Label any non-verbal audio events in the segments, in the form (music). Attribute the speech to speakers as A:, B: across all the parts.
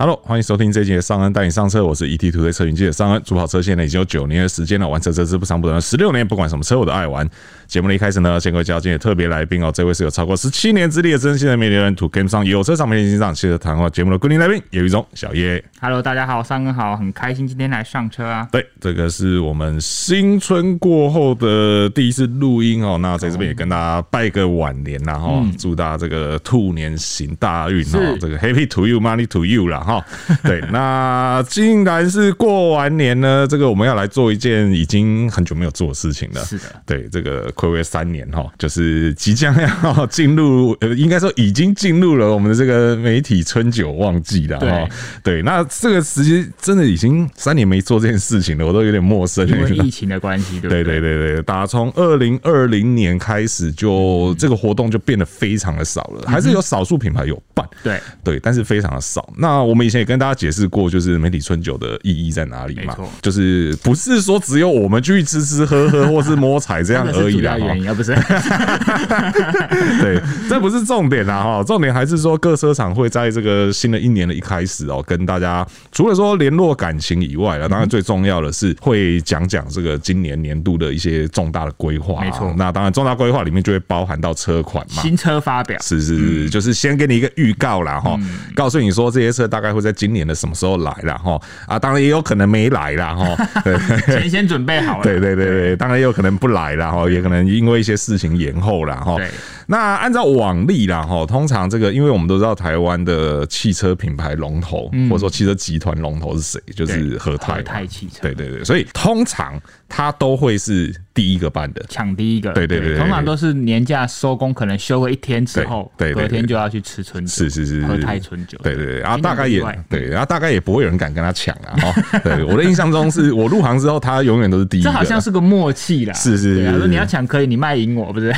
A: Hello，欢迎收听这一集的上恩带你上车，我是 ET 图 o 车云记者上恩。主跑车现在已经有九年的时间了，玩车这是不长不短，十六年，不管什么车我都爱玩。节目的一开始呢，先各位介绍今天的特别来宾哦，这位是有超过十七年资历的真心的媒体人，土 Game 上有车上媒体欣赏汽车谈话节目的固定来宾，有一种小叶。
B: Hello，大家好，上哥好，很开心今天来上车啊。
A: 对，这个是我们新春过后的第一次录音哦。那在这边也跟大家拜个晚年啦哈，祝大家这个兔年行大运哈，
B: 嗯是
A: 这个 Happy to you, Money to you 啦
B: (laughs)
A: 哈。对，那既然是过完年呢，这个我们要来做一件已经很久没有做的事情了。
B: 是的，
A: 对，这个暌违三年哈，就是即将要进入，呃，应该说已经进入了我们的这个媒体春酒旺季了哈。对，那这个时间真的已经三年没做这件事情了，我都有点陌生了。
B: 因为
A: (laughs)
B: 疫情的关系，对不
A: 对
B: 对？
A: 对对对，打从二零二零年开始
B: 嗯
A: 就，这个活动就变得非常的少了，还是有少数品牌有办，
B: 对
A: 对，但是非常的少。那我们以前也跟大家解释过，就是媒体春酒的意义在哪里嘛
B: 没错？
A: 就是不是说只有我们去吃吃喝
B: (laughs)
A: 喝或是摸彩这样
B: 那
A: 而
B: 是
A: 已
B: 主
A: 啦
B: 要，原
A: 哈
B: 因，而
A: (laughs)
B: 不是
A: 对，这不是重点啦哈，重点还是说各车厂会在这个新的一年的一开始哦，跟大家除了说联络感情以外
B: 嗯
A: 啦，当然最重要的是会讲讲这个今年年度的一些重大的规划啊，
B: 没错
A: 那当然重大规划里面就会包含到车款嘛，
B: 新车发表，
A: 是是
B: 嗯
A: 是，就是先给你一个预告啦哈，告诉你说这些车大概会在今年的什么时候来啦哈啊，当然也有可能没来啦
B: (laughs)
A: 哈，对
B: 钱先准备好了。
A: 对对对对，当然也有可能不来啦哈，也可能因为一些事情延后啦哈
B: 对。
A: 那按照往例啦哈，通常这个因为我们都知道台湾的汽车品牌龙头、或者说汽车集团龙头是谁，就是
B: 嗯对
A: 和泰嘛
B: 和泰汽车
A: 对对对，所以通常它都会是第一个办的。
B: 抢第一个，
A: 对对对对
B: 通常都是年假收工，可能休个一天之后，
A: 对对对
B: 隔天
A: 对
B: 就要去吃春酒，
A: 是是是，
B: 喝泰春酒，
A: 对对对，然后
B: 尽
A: 大
B: 量
A: 概
B: 不
A: 也
B: 意外
A: 对，然后大概也不会有人敢跟他抢啊。哈，对，我的印象中是我入行之后，他永远都是第一个。
B: 这好像是个默契啦，
A: 是是
B: 对啊
A: 是
B: 说
A: 是
B: 你要抢可以，你卖淫我，
A: (laughs)
B: 不是？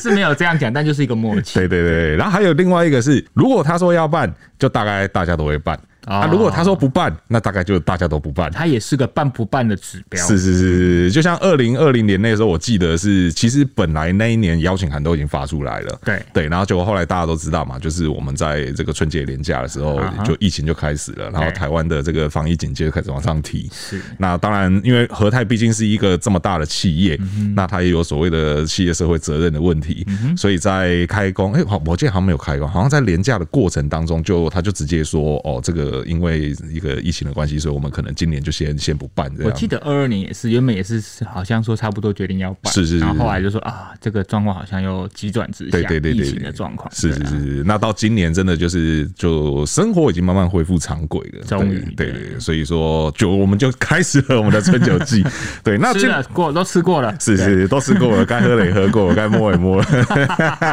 B: 是没有这样讲，但就是一个默契。
A: 对对对对，然后还有另外一个是，如果他说要办，就大概大家都会办啊；
B: 哦
A: 如果他说不办，那大概就大家都不办。
B: 它也是个办不办的指标，
A: 是是是是是，就像二零二零年那时候，我记得是，其实本来那一年邀请函都已经发出来了，
B: 对
A: 对，然后结果后来大家都知道嘛，就是我们在这个春节连假的时候
B: 啊，哈
A: 就疫情就开始了，然后
B: 对
A: 台湾的这个防疫警戒就开始往上提，
B: 是
A: 那当然，因为和泰毕竟是一个这么大的企业，
B: 嗯
A: 那它也有所谓的企业社会责任的问题，所以在开工，哎、好，我记得好像没有开工，好像在廉价的过程当中就，他就直接说，哦，这个因为一个疫情的关系，所以我们可能今年就先先不办这
B: 我
A: 样。
B: 记得二二年也是，原本也是好像说差不多决定要办，
A: 是是是
B: 然后后来就说啊，这个状况好像又急转直下，
A: 对对对对
B: 疫情
A: 对
B: 的状况
A: 是
B: 对
A: 是
B: 啊
A: 是是，那到今年真的就是就生活已经慢慢恢复常轨了，
B: 终于
A: 对对对，所以说就我们就开始了我们的春酒
B: (laughs)
A: 季，对，那
B: 吃
A: 这
B: 了过都吃过了，
A: 是是，都吃过了，该喝的也喝过了，该摸也
B: (laughs)
A: 摸了。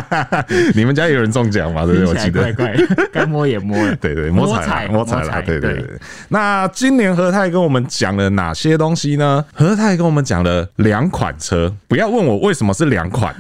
A: 你们家有人中奖 (laughs) 嘛？对不对？我
B: 听
A: 记
B: 起来怪
A: 得。
B: 怪，
A: (laughs)
B: 该摸也摸了，
A: 对对，摸彩啦摸
B: 摸
A: 彩
B: 彩
A: 啦，
B: 摸彩
A: 对对
B: 对
A: 对。那今年和泰跟我们讲了哪些东西呢？和泰跟我们讲了两款车，不要问我为什么是两
B: (laughs)
A: 款，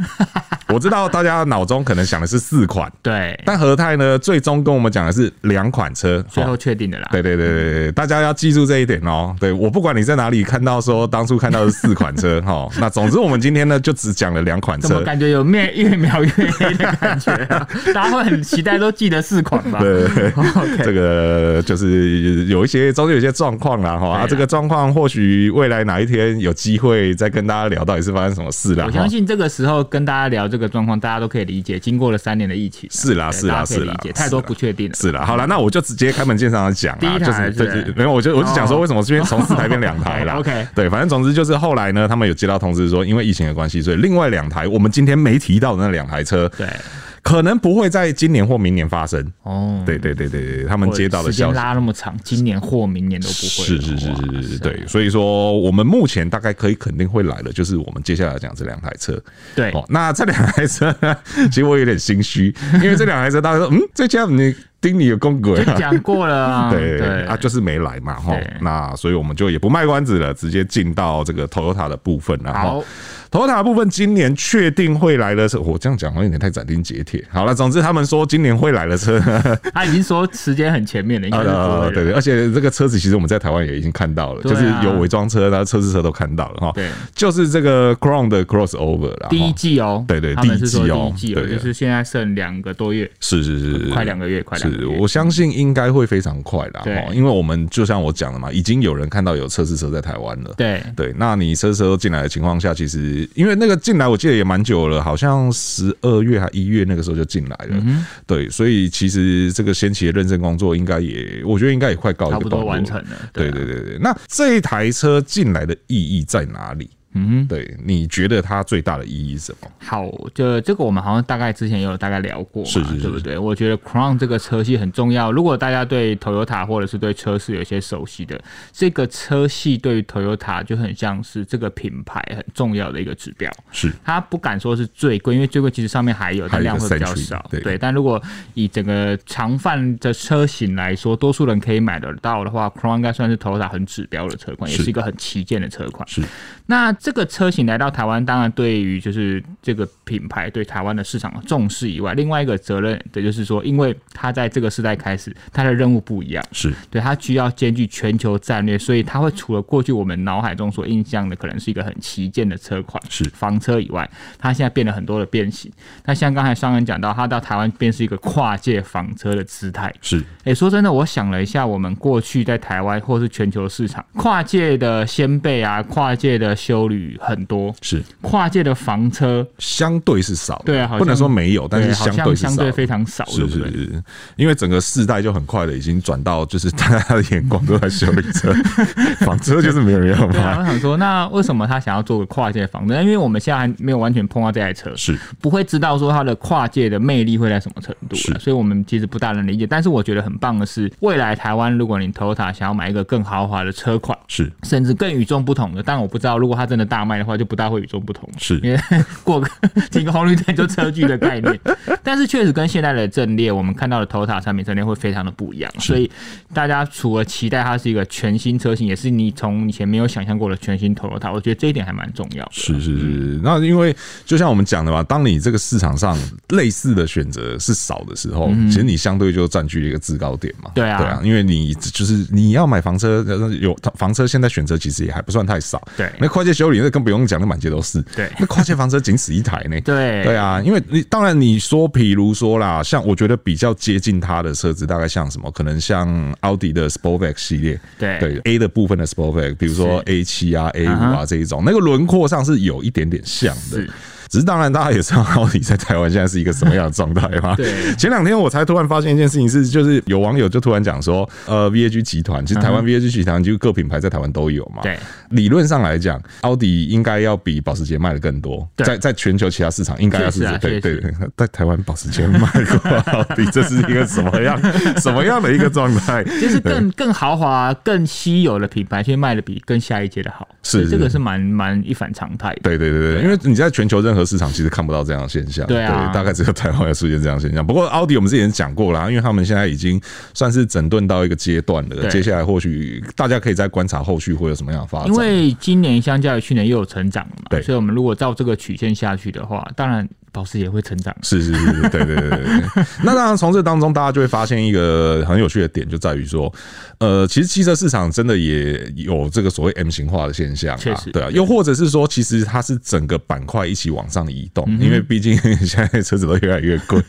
A: 我知道大家脑中可能想的是四款，
B: 对，
A: 但和泰呢，最终跟我们讲的是两款车，
B: 最
A: 好
B: 后确定的啦，
A: 对对对对对，大家要记住这一点哦。对我不管你在哪里看到说当初看到的四款车 (laughs) 哈、齁那总之我们今天呢就只讲了两款
B: 怎么
A: 车。
B: 感觉有面越 (laughs) 描越黑的感觉
A: (laughs)
B: 啊？大家会很期待都记得四款吧？
A: 对对对
B: (laughs) OK
A: 这个就是有一些中间有一些状况啦哈，齁
B: 对
A: 啊
B: 啊
A: 这个状况或许未来哪一天有机会再跟大家聊到底是发生什么事啦。
B: 我
A: 齁
B: 相信这个时候跟大家聊这个状况，大家都可以理解。经过了三年的疫情啊，
A: 是啦
B: 对
A: 是啦
B: 大家可以
A: 是啦
B: 理解
A: 是
B: 太多
A: 啦
B: 不确定了。
A: 是啦，好啦，那我就直接开门见山的讲
B: 第
A: 啦，
B: 一
A: 就
B: 台
A: 是就是是没有，我就我就讲说
B: 哦
A: 为什么这边从四台变两台啦。
B: 哦，OK (laughs)
A: 对，反正总之就是后来呢，他们有接到通知说，因为疫情的关系，所以另外两台我们今天没提到的那两台车，
B: 对，
A: 可能不会在今年或明年发生。
B: 哦，
A: 对对对对对，他们接到的
B: 时间
A: 消息。
B: 拉那么长，今年或明年都不会。
A: 是是是
B: 哇
A: 是是，
B: 啊
A: 对，所以说我们目前大概可以肯定会来的，就是我们接下来讲这两台车。
B: 对 (laughs)
A: 哦，那这两台车， (laughs) 其实我有点心虚，因为这两台车大家说，嗯，这家你盯你有公鬼啊，
B: 讲过了
A: (laughs)
B: 啊，
A: 对
B: 对
A: 啊，就是没来嘛哈
B: 对。
A: 那所以我们就也不卖关子了，直接进到这个 Toyota 的部分了啊哈
B: 好。
A: Toyota 的部分今年确定会来的车，我这样讲好像有点太斩钉截铁。好了，总之他们说今年会来的车，
B: 他已经说时间很前面了，应该是不
A: 呃，
B: 会
A: 对
B: 了。
A: 对，而且这个车子其实我们在台湾也已经看到了，
B: 啊对
A: 就
B: 啊
A: 是有伪装车，然后测试车都看到了哈。
B: 对，
A: 就是这个 Crown 的 crossover 啦。
B: 第一
A: 哈
B: 季哦，
A: 对对
B: 他们是说
A: 第一季哦
B: 第一季哦，
A: 对对
B: 就是现在剩两个多月，
A: 是是是，是
B: 快两个月，快两
A: 是
B: 个
A: 是我相信应该会非常快啦，
B: 对
A: 齁因为我们就像我讲的嘛，已经有人看到有测试车在台湾了。
B: 对
A: 对，那你车车都进来的情况下，其实因为那个进来，我记得也蛮久了，好像十二月还一月那个时候就进来
B: 嗯
A: 了。对，所以其实这个先期的认证工作，应该也我觉得应该也快告一个
B: 差不多
A: 段落
B: 完成了
A: 对
B: 对啊
A: 对对对，那这一台车进来的意义在哪里？嗯，对，你觉得它最大的意义是什么？
B: 好，就这个我们好像大概之前也有大概聊过嘛，
A: 是是是
B: 对不对？我觉得 Crown 这个车系很重要。如果大家对 Toyota 或者是对车是有一些熟悉的，这个车系对于 Toyota 就很像是这个品牌很重要的一个指标。
A: 是
B: 它不敢说是最贵，因为最贵其实上面还有，
A: 还
B: 但
A: 有一个
B: 量会比较
A: Century，
B: 少。
A: 对
B: 但如果以整个常贩的车型来说，多数人可以买得到的话，Crown 应该算是 Toyota 很指标的车款，也
A: 是
B: 是一个很旗舰的车款。
A: 是
B: 那这个车型来到台湾，当然对于就是这个品牌对台湾的市场的重视以外，另外一个责任的就是说，因为它在这个时代开始，它的任务不一样，
A: 是
B: 对它需要兼具全球战略，所以它会除了过去我们脑海中所印象的可能是一个很旗舰的车款
A: 是
B: 房车以外，它现在变了很多的变形。那像刚才商人讲到，它到台湾便是一个跨界房车的姿态，
A: 是
B: 诶，说真的，我想了一下，我们过去在台湾或是全球市场，跨界的先辈啊，跨界的修旅很多，
A: 是，
B: 跨界的房车，
A: 相对是少的，
B: 对啊好像
A: 不能说没有，但
B: 对，
A: 是
B: 好
A: 相
B: 像
A: 是少
B: 相对
A: 的。
B: 非常少，对
A: 是
B: 不
A: 是
B: 对？
A: 是，因为整个世代就很快的已经转到，就是 (laughs) 大家的眼光都在修理
B: (laughs)
A: 车，房车就是没有人要
B: 对啊，
A: 买。
B: 我想说，那为什么他想要做个跨界房车？因为我们现在还没有完全碰到这台车，
A: 是
B: 不会知道说它的跨界的魅力会在什么程度
A: 是
B: 啦，所以我们其实不大能理解。但是我觉得很棒的是，未来台湾如果你 Toyota 想要买一个更豪华的车款，
A: 是
B: 甚至更与众不同的。但我不知道，如果它真的大卖的话，就不大会与众不同，
A: 是
B: 因为过个几个红绿灯就车距的概念。但是确实跟现在的阵列，我们看到的 Toyota 产品阵列会非常的不一样，所以大家除了期待它是一个全新车型，也是你从以前没有想象过的全新 Toyota，我觉得这一点还蛮重要的。
A: 是是是，那因为就像我们讲的嘛，当你这个市场上类似的选择是少的时候，其实你相对就占据了一个制高点嘛。
B: 嗯对啊
A: 对啊，因为你就是你要买房车，呃有房车现在选择其实也还不算太少。
B: 对
A: 那跨界修理那更不用讲，那满街都是。
B: 对
A: 那跨界房车仅此一台呢。
B: (laughs) 对
A: 对啊，因为你当然你说，比如说啦，像我觉得比较接近它的车子，大概像什么，可能像奥迪的 Sportback 系列，
B: 对
A: 对 A 的部分的 Sportback，比如说
B: 哎是
A: A 七啊、A 五
B: 嗯
A: 啊这一种，那个轮廓上是有一点点像的
B: 是。
A: 只是当然，大家也知道奥迪在台湾现在是一个什么样的状态嘛。
B: 对
A: 前两天我才突然发现一件事情是，就是有网友就突然讲说，呃，VAG 集团其实台湾 VAG 集团就是各品牌在台湾都有嘛。
B: 嗯对，
A: 理论上来讲，奥迪应该要比保时捷卖的更多，
B: 对
A: 在在全球其他市场应该要是
B: 确实啊
A: 对
B: 确
A: 对
B: 实
A: 对， (laughs) 在台湾保时捷卖过奥迪，这是一个什么
B: (laughs)
A: 样什么样的一个状态？
B: 就是更更豪华、更稀有的品牌，却卖的比更下一阶的好，
A: 是
B: 所以这
A: 是
B: 个是蛮蛮一反常态的。
A: 对对对对，因为你在全球任何市场其实看不到这样的现象，
B: 啊对啊
A: 大概只有台湾有出现这样的现象。不过奥迪我们之前讲过啦，因为他们现在已经算是整顿到一个阶段了，
B: 对
A: 接下来或许大家可以再观察后续会有什么样的发展。
B: 因为今年相较于去年又有成长了嘛，
A: 对
B: 所以我们如果照这个曲线下去的话，当然保时捷会成长。啊
A: 是是是，是，对对对对对。 (laughs) 那当然，从这当中大家就会发现一个很有趣的点，就在于说，呃，其实汽车市场真的也有这个所谓 M 型化的现象
B: 确
A: 啊，
B: 实
A: 对啊，又或者是说，其实它是整个板块一起往上移动，
B: 嗯
A: 因为毕竟 (laughs) 现在车子都越来越
B: (laughs)
A: 贵，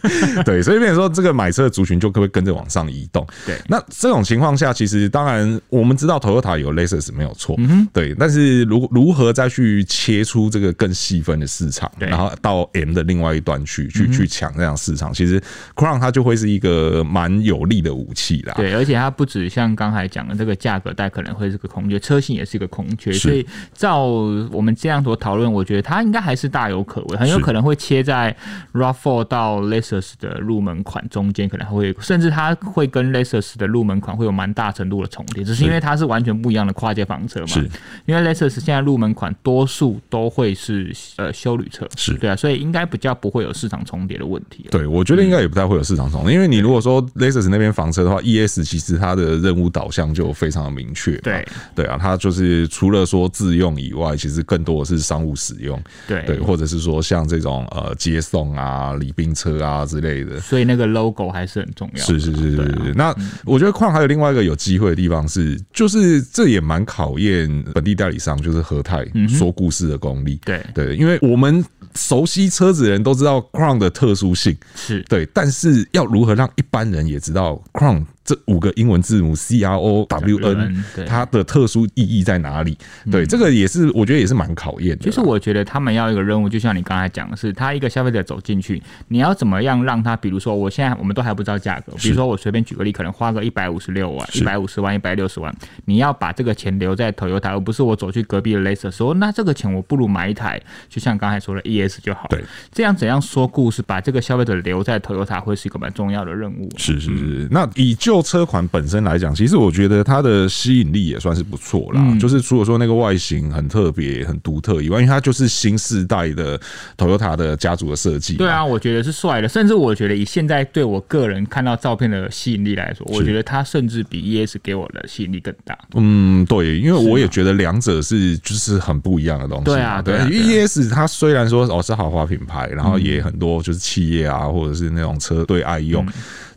A: 对，所以变成说这个买车的族群就会跟着往上移动。
B: 对
A: 那这种情况下，其实当然我们知道 Toyota 有 Lexus 没有错，
B: 嗯
A: 对，但是如如何再去切出这个更细分的市场，
B: 对嗯
A: 然后到 M 的另外一端去去去抢这样的市场，其实 Crown 它就会是一个蛮有力的武器啦。
B: 对，而且它不止像刚才讲的这个价格带可能会是个空缺，车型也是一个空缺，
A: 是
B: 所以照我们这样所讨论，我觉得它应该还是大有可为，很有
A: 是
B: 可能会切在 RAV4 到 Lexus 的入门款中间，可能还会甚至它会跟 Lexus 的入门款会有蛮大程度的重叠，只是因为它是完全不一样的跨界房车嘛。
A: 是
B: 因为 Lexus 现在入门款多数都会是呃修旅车，
A: 是
B: 对啊，所以应该比较不会有市场重叠的问题了。
A: 对，我觉得应该也不太会有市场冲突，因为你如果说 Lexus 那边房车的话，ES 其实它的任务导向就非常的明确嘛。
B: 对
A: 对啊，它就是除了说自用以外，其实更多的是商务使用。
B: 对
A: 对，或者是说像这种呃接送啊、礼宾车啊之类的。
B: 所以那个 logo 还是很重要。
A: 是是是是
B: 对啊
A: 是，那我觉得矿还有另外一个有机会的地方是，就是这也
B: 嗯
A: 蛮考验本地代理商，就是和泰说故事的功力。
B: 对
A: 对，因为我们熟悉车子的人都知道 Crown 的特殊性，
B: 是
A: 对，啊但是要如何让一般人也知道 Crown 这五个英文字母 C R O W N
B: 对嗯
A: 它的特殊意义在哪里？对，这个也是我觉得也是蛮考验的啦。
B: 就是我觉得他们要一个任务，就像你刚才讲的是，他一个消费者走进去，你要怎么样让他，比如说我现在我们都还不知道价格，比如说我随便举个例，可能花个一百五十六万、一百五十万、一百六十万，你要把这个钱留在 Toyota，而不是我走去隔壁的 Laser 说，那这个钱我不如买一台，就像刚才说的 ES 就好。
A: 对，
B: 这样怎样说故事，把这个消费者留在 Toyota 会是一个蛮重要的任务。啊
A: 是是
B: 嗯
A: 是，那以旧车款本身来讲，其实我觉得它的吸引力也算是不错啦。
B: 嗯
A: 就是除了说那个外形很特别、很独特以外，因为它就是新世代的 Toyota 的家族的设计。
B: 对，啊，我觉得是帅的，甚至我觉得以现在对我个人看到照片的吸引力来说，我觉得它甚至比 ES 给我的吸引力更大。
A: 嗯，对，因为我也觉得两者是就是很不一样的东西嘛。
B: 对啊
A: 对
B: 对啊
A: 因为 ES 它虽然说哦是豪华品牌，然后也很多就是企业啊或者是那种车队爱
B: 嗯
A: 用，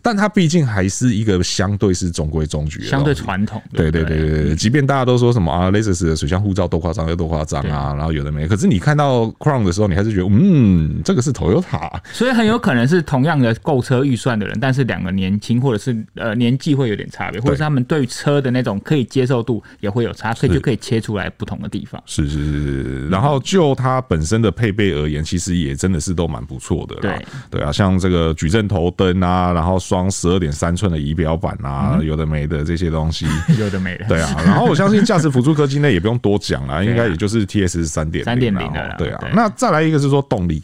A: 但它毕竟还是一个相对是中规中矩的东西，
B: 相对传统
A: 啊
B: 的。
A: 对对
B: 不
A: 对对对，即便大家都说什么啊，Lexus 的水箱护罩多夸张又多夸张啊，然后有的没，可是你看到 Crown 的时候，你还是觉得嗯，这个是 Toyota，
B: 所以很有可能是同样的购车预算的人，但是两个年轻或者是呃年纪会有点差别，或者是他们对车的那种可以接受度也会有差，所以就可以切出来不同的地方。
A: 是是是是是。然后就它本身的配备而言，其实也真的是都蛮不错的啦。对啊，像这个矩阵头灯啊，然后双十二点三寸的仪表板啊，有的没的这些东西。
B: 有的没的。
A: 对啊，然后我相信驾驶辅助科技内也不用多讲
B: (laughs)
A: 啦，
B: 啊
A: 应该也就是 T S 三点
B: 3.0的啦
A: 对啊
B: 对。嗯
A: 那再来一个是说动力，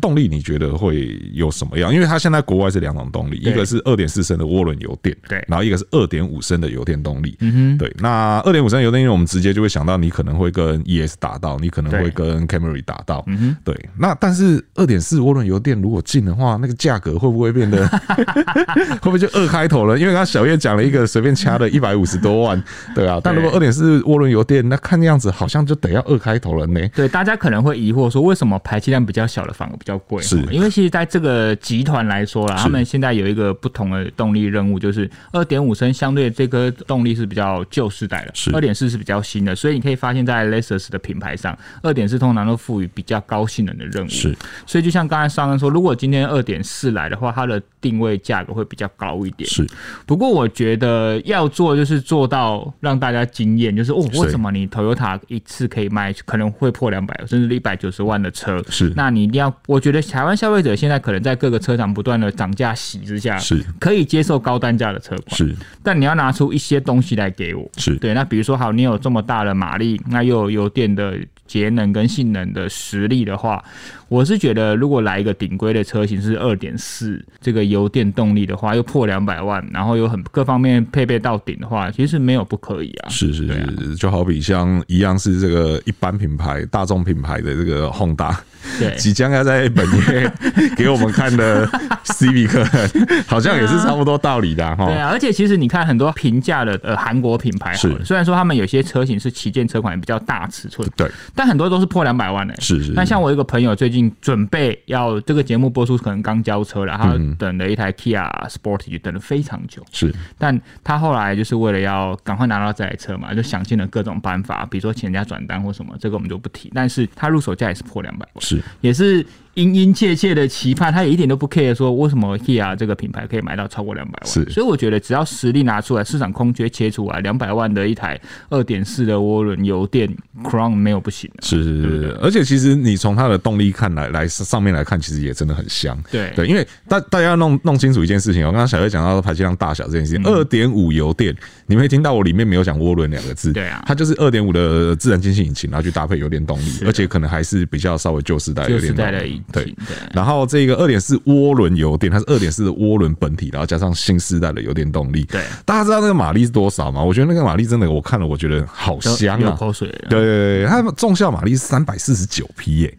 A: 动力你觉得会有什么样？因为它现在国外是两种动力，一
B: 对
A: 个是二点四升的涡轮油电，
B: 对嗯
A: 然后一个是二点五升的油电动力，对。那二点五升油电，因为我们直接就会想到你可能会跟 E S 打到，你可能会
B: 对嗯
A: 跟 Camry 打到，对。那但是二点四涡轮油电如果进的话，那个价格会不会变得会不会就二开头了？因为刚刚小叶讲了一个随便掐的
B: 嗯
A: 一百五十多万，对啊。但如果二点四涡轮油电，那看样子好像就得要二开头了呢。
B: 对，大家可能会疑惑说，为什么排气量比较小的反而比较贵？
A: 是
B: 因为其实在这个集团来说啦，他们现在有一个不同的动力任务，就是二点五升相对这颗动力是比较旧世代的，
A: 是
B: 二点四是比较新的，所以你可以发现，在 Lexus 的品牌上，二点四通常都赋予比较高性能的任务。
A: 是，
B: 所以就像刚才上恩说，如果今天二点四来的话，它的定位价格会比较高一点。
A: 是，
B: 不过我觉得要做就是做到让大家惊艳，就是哦，
A: 是
B: 为什么你 Toyota 一次可以卖可能会破两百甚至一百九十万的车？
A: 是
B: 那你一定要，我觉得台湾消费者现在可能在各个车厂不断的涨价洗之下，
A: 是
B: 可以接受高单价的车款，
A: 是
B: 但你要拿出一些东西来给我。
A: 是
B: 对，啊那比如说好，你有这么大的马力，那又有油电的节能跟性能的实力的话，我是觉得如果来一个顶规的车型是二点四这个油电动力的话，又破两百万，然后又很各方面配备到顶的话，其实没有不可以啊。
A: 是是
B: 对啊
A: 是，就好比像一样是这个一般品牌、大众品牌的这个 Honda，
B: 对
A: 即将要在本月给我们看
B: (laughs)
A: 的 Civic，好像也是差不多道理的啊
B: 对
A: 哈。
B: 啊，而且其实你看很多平价的呃韩国品牌好了
A: 是
B: 虽然说他们有些车型是旗舰车款比较大尺寸，
A: 对，
B: 但很多都是破两百万欸的、
A: 是是
B: 那像我有一个朋友最近准备要这个节目播出，可能刚交车了，他
A: 嗯
B: 等了一台 Kia Sportage 等了非常久，
A: 是
B: 但他后来就是为了要赶快拿到这台车嘛，就想尽了各种办法，比如说请人家转单或什么，这个我们就不提。但是他入手价也是破两百万，
A: 是
B: 也是殷殷切切的期盼，他也一点都不 care 说为什么 Kia 这个品牌可以买到超过两百万。
A: 是
B: 所以我觉得只要实力拿出来，市场空缺切出来，两百万的一台二点四的涡轮油电 Crown 没有不行的。
A: 是是是，而且其实你从它的动力看来来上面来看，其实也真的很香。
B: 对
A: 对，因为大大家要弄弄清楚一件事情哦，刚刚小月讲到排气量大小这件事
B: 嗯
A: 情，二点五油电，你没听到我里面没有讲涡轮两个字，
B: 对啊
A: 它就是二点五的自然进气引擎，然后去搭配油电动力，而且可能还是比较稍微旧时代的哎
B: 旧
A: 有
B: 时
A: 点动
B: 代的
A: 力
B: 引擎，
A: 对
B: 对，
A: 然后这个二点四涡轮油电，它是二点四的涡轮本体，然后加上新时代的油电动力。
B: 对
A: 大家知道那个马力是多少吗？我觉得那个马力真的，我看了我觉得好
B: 都
A: 香
B: 流
A: 啊！
B: 口水了。
A: 对对对对，它重效马力是三百四十九匹耶。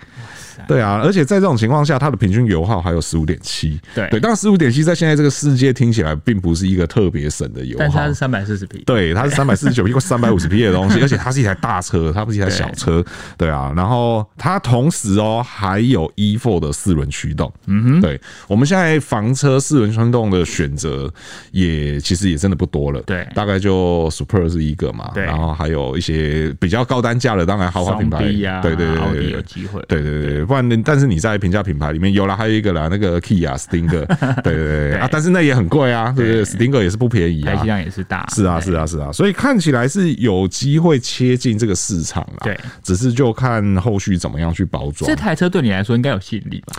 A: 对啊，而且在这种情况下，它的平均油耗还有十五点七。
B: 对
A: 对，但十五点七在现在这个世界听起来并不是一个特别省的油
B: 但是
A: 耗
B: 它是。三百四十匹，
A: 对，它是三百四十九匹或 (laughs) 三百五十匹的东西，
B: (laughs)
A: 而且它是一台大车，它不是一台小车。对啊，然后它同时哦还有 E4 的四轮驱动。嗯哼，对，我们现在房车四轮驱动的选择也其实也真的不多了。
B: 对
A: 大概就 Super 是一个嘛，
B: 对
A: 然后还有一些比较高单价的，当然豪华
B: 双
A: 品牌
B: B 啊，
A: 对对对
B: 奥
A: 对
B: 迪有啊
A: 对
B: 机会。
A: 对对对对对，不然但是你在平价品牌里面有啦，还有一个啦，那个 Kia
B: (laughs)
A: Stinger，对对对
B: 对
A: 啊，但是那也很贵啊，对对
B: 对
A: 对，Stinger 也是不便宜
B: 排
A: 啊
B: 气。量也是大，
A: 是啊，是啊，是啊，所以看起来是有机会切进这个市场啦。
B: 对，
A: 只是就看后续怎么样去包装
B: 这。台车对你来说应该有吸引力吧？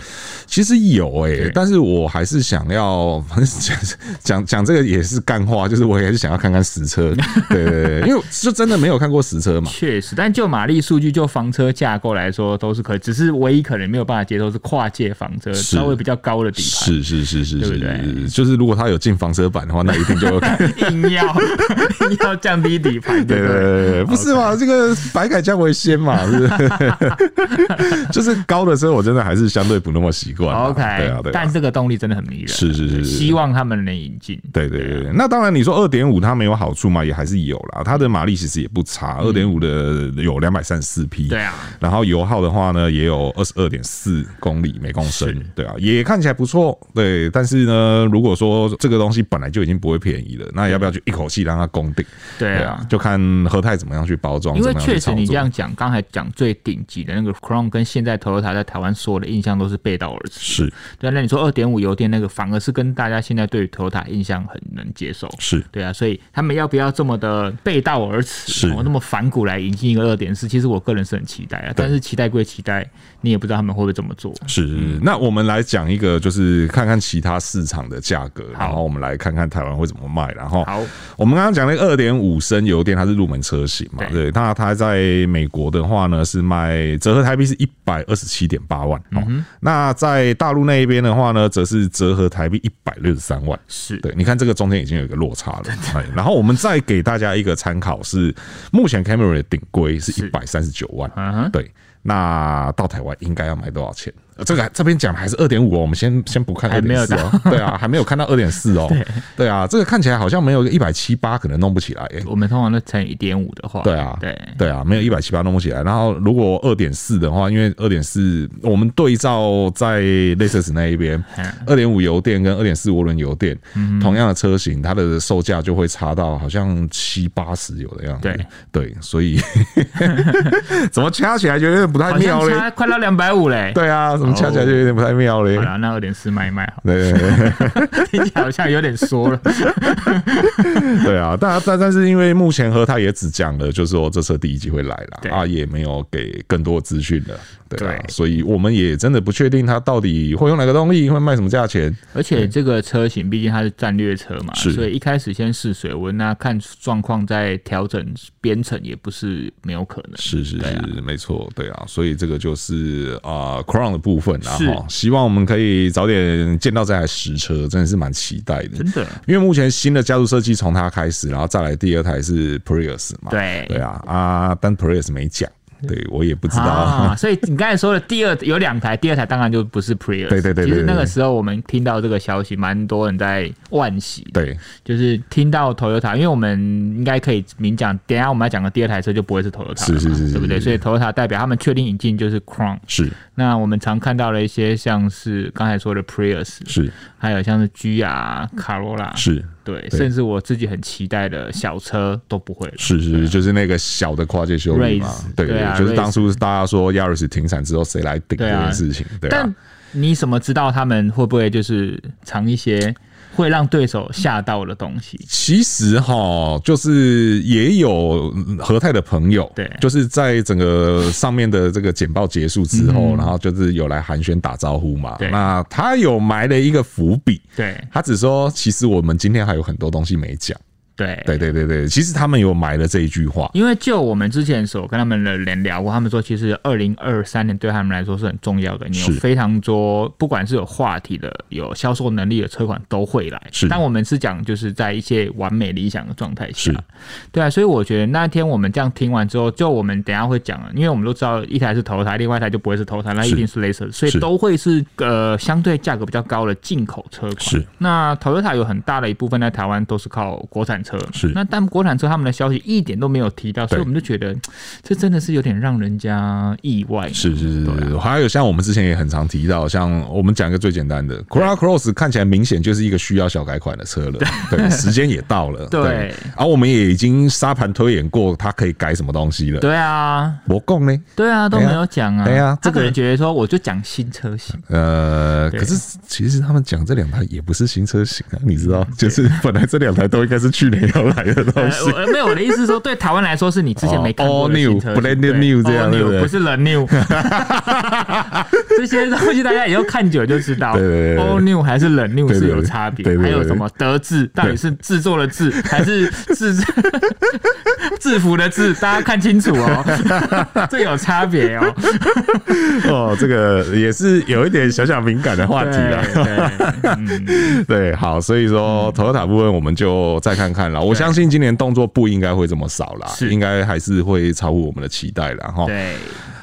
A: 其实有诶、
B: 对
A: 但是我还是想要 (laughs) 讲讲讲这个也是干话，就是我也是想要看看实
B: (laughs)
A: 车。对对对，因为就真的没有看过实车嘛。
B: 确实，但就马力数据、就房车架构来说都是可以，只是唯一可能没有办法接受是跨界房车，
A: 是
B: 稍微比较高的底盘。
A: 是是是是
B: 对不
A: 是
B: 对
A: 是，就是如果他有进房车版的话，那一定就
B: (laughs) (laughs) 硬要硬要降低底盘，
A: (laughs) 对对
B: 对不
A: 对
B: 对？
A: 对对，不是嘛？这个百改将为先嘛，是不是？就是 (laughs) 高的车，我真的还是相对不那么习惯啊。
B: OK，
A: 对啊，对啊
B: 但这个动力真的很迷人，
A: 是是是是
B: 希望他们能引进。
A: 对对对对，那当然，你说二点五它没有好处嘛，也还是有啦。它的马力其实也不差，二点五的有两百三十四匹，
B: 嗯对啊，
A: 然后油耗的话呢，也有二十二点四公里每公升，对啊，也看起来不错，对。但是呢，如果说这个东西本来就已经不会便宜了，那要不要就一口气让它攻顶？
B: 对
A: 对
B: 啊
A: 啊，，就看和泰怎么样去包装，
B: 因为
A: 哦怎么样去
B: 确实
A: 操
B: 你
A: 作
B: 这样讲，刚才讲最顶级的那个 Crown 跟现在 Toyota 在台湾所有的印象都是背道而驰。
A: 是
B: 对啊，那你说二点五油电那个，反而是跟大家现在对于 Toyota 印象很能接受。
A: 是
B: 对啊，所以他们要不要这么的背道而驰，
A: 是
B: 哦那么反骨来引进一个二点四？其实我个人是很期待啊，但是期待归期待，你也不知道他们会不会这么做。
A: 是。那我们来讲一个，就是看看其他市场的价格，
B: 好
A: 然后我们来看看台湾会怎么卖，然后
B: 好，
A: 我们刚刚讲那个二点五升油电，它是入门车型嘛？
B: 对
A: 对，那它在美国的话呢，是卖折合台币是一百二十七点八万哦。那在大陆那一边的话呢，则是折合台币一百六十三万。
B: 是
A: 对，你看这个中间已经有一个落差了。哎然后我们再给大家一个参考是，目前 Camry 的顶规是一
B: 是
A: 百三十九万。
B: 嗯哼
A: 对，那到台湾应该要买多少钱？呃这个这边讲的还是二点五哦，我们先先不看二
B: 还没
A: 点
B: 有
A: 四哦，对啊，还没有看到二点四
B: (laughs)
A: 哦，对啊，这个看起来好像没有一百七八可能弄不起来耶、
B: 我们通常都乘一点五的话，
A: 对啊，
B: 对，嗯
A: 对啊，没有一百七八弄不起来。然后如果二点四的话，因为二点四我们对照在 Lexus 那一边
B: 嗯，
A: 二点五油电跟二点四涡轮油电、同样的车型，它的售价就会差到好像七八十有的样子。
B: 对
A: 对，所
B: (laughs)
A: 以 (laughs) 怎么掐起来哎就有点不太
B: 好
A: 妙
B: 像
A: 嘞？
B: 差快到两百五嘞。，
A: 对啊，怎么掐起来就有点不太妙嘞，
B: 好？了，那二点四卖一卖好
A: 对对对
B: 听起来好像有点缩了。
A: (laughs) 对啊，但但但是因为目前和他也只讲了，就是说这车第一季会来
B: 对
A: 啦，啊也没有给更多的资讯了，对啊，
B: 对
A: 所以我们也真的不确定它到底会用哪个动力，会卖什么价钱。
B: 而且这个车型毕竟它是战略车嘛，
A: 是
B: 所以一开始先试水温，那看状况再调整编程也不是没有可能。
A: 是是是，没错，对啊，所以这个就是啊、Crown 的部分啊，
B: 是
A: 哈希望我们可以早点见到这台实车，真的是蛮期待的。
B: 真的，
A: 因为目前新的家族设计从它开始，然后再来第二台是 Prius 嘛，
B: 对
A: 对啊啊，但 Prius 没讲，对我也不知道，
B: 啊，所以你刚才说的第二有两台，第二台当然就不是 Prius。
A: 对对对对对
B: 其实那个时候我们听到这个消息，蛮多人在惋惜。，
A: (laughs) 对，
B: 就是听到 Toyota，因为我们应该可以明讲，等一下我们要讲的第二台车就不会是 Toyota，了
A: 是
B: 嘛
A: 是是是
B: 对不对？
A: 是
B: 所以 Toyota 代表他们确定引进就是 Crown。
A: 是
B: 那我们常看到了一些像是刚才说的 Prius，
A: 是
B: 还有像是 G R、卡罗拉，
A: 是。
B: 对，
A: 对
B: 甚至我自己很期待的小车都不会了。
A: 是是是，就是那个小的跨界修理嘛
B: Race，，
A: 对对，
B: 啊对啊
A: 对就是
B: Race
A: 当初大家说 Yaris 停产之后谁来顶这
B: 对啊
A: 件事情，对啊
B: 但，你怎么知道他们会不会就是藏一些会让对手吓到的东西？
A: 其实哈，就是也有嗯和泰的朋友，
B: 对
A: 就是在整个上面的这个简报结束之后，然后就是有来寒暄打招呼嘛，
B: 嗯对
A: 那他有埋了一个伏笔，
B: 对
A: 他只说其实我们今天还有很多东西没讲，
B: 对
A: 对对对对，其实他们有埋了这一句话，
B: 因为就我们之前所跟他们的人聊过，他们说其实二零二三年对他们来说是很重要的，你有
A: 是
B: 非常多，不管是有话题的、有销售能力的车款都会来。
A: 是
B: 但我们是讲就是在一些完美理想的状态下
A: 是，
B: 对啊，所以我觉得那天我们这样听完之后，就我们等一下会讲，因为我们都知道一台是头台，另外一台就不会是头台，那
A: 是
B: 一定是 Laser，所以
A: 是
B: 都会是呃相对价格比较高的进口车款。
A: 是
B: 那 Toyota 有很大的一部分在台湾都是靠国产车。
A: 是
B: 那但国产车他们的消息一点都没有提到，所以
A: 对
B: 我们就觉得这真的是有点让人家意外。
A: 是是是
B: 啊
A: 是，是还有像我们之前也很常提到，像我们讲一个最简单的 c o r a Cross 看起来明显就是一个需要小改款的车了，对，时间也到
B: (laughs)
A: 了，
B: 对
A: 而、啊、我们也已经沙盘推演过它可以改什么东西了。
B: 对啊，
A: 我供呢？
B: 对啊，都
A: 对啊
B: 没有讲啊。
A: 对啊
B: 他
A: 这个
B: 可能觉得说，我就讲新车型，
A: 呃，
B: 对
A: 可是其实他们讲这两台也不是新车型啊，你知道，
B: 嗯
A: (laughs) 就是本来这两台都应该是去年要来 (laughs) 的
B: 呃
A: 东
B: (laughs)
A: 西。
B: 我没有我的意思是说，对台湾来说是你之前没看过的
A: All
B: 新车型
A: 哦 new, brand
B: 对
A: new 这样
B: all
A: 对不对
B: new，不是 the
A: (laughs)
B: new，这些东西大家以后看久就知道
A: 对对对对
B: ，all new 还是冷 new
A: 对对
B: 是
A: 对
B: 有差别
A: 对，对
B: 还
A: 对
B: 有什么德制到底是制作的制还是制 (laughs) 制服的制，大家看清楚哦， (laughs) 这有差
A: (laughs)
B: 别哦，哎
A: 哦，这个也是有一点小小敏感的话
B: 对
A: 题啦。
B: 对，
A: (laughs)
B: 嗯，
A: 对，好，所以说 Toyota 部分我们就再看看了。我相信今年动作不应该会这么少啦，
B: 是
A: 应该还是会超乎我们的期待啦。哈。 (laughs)
B: 对，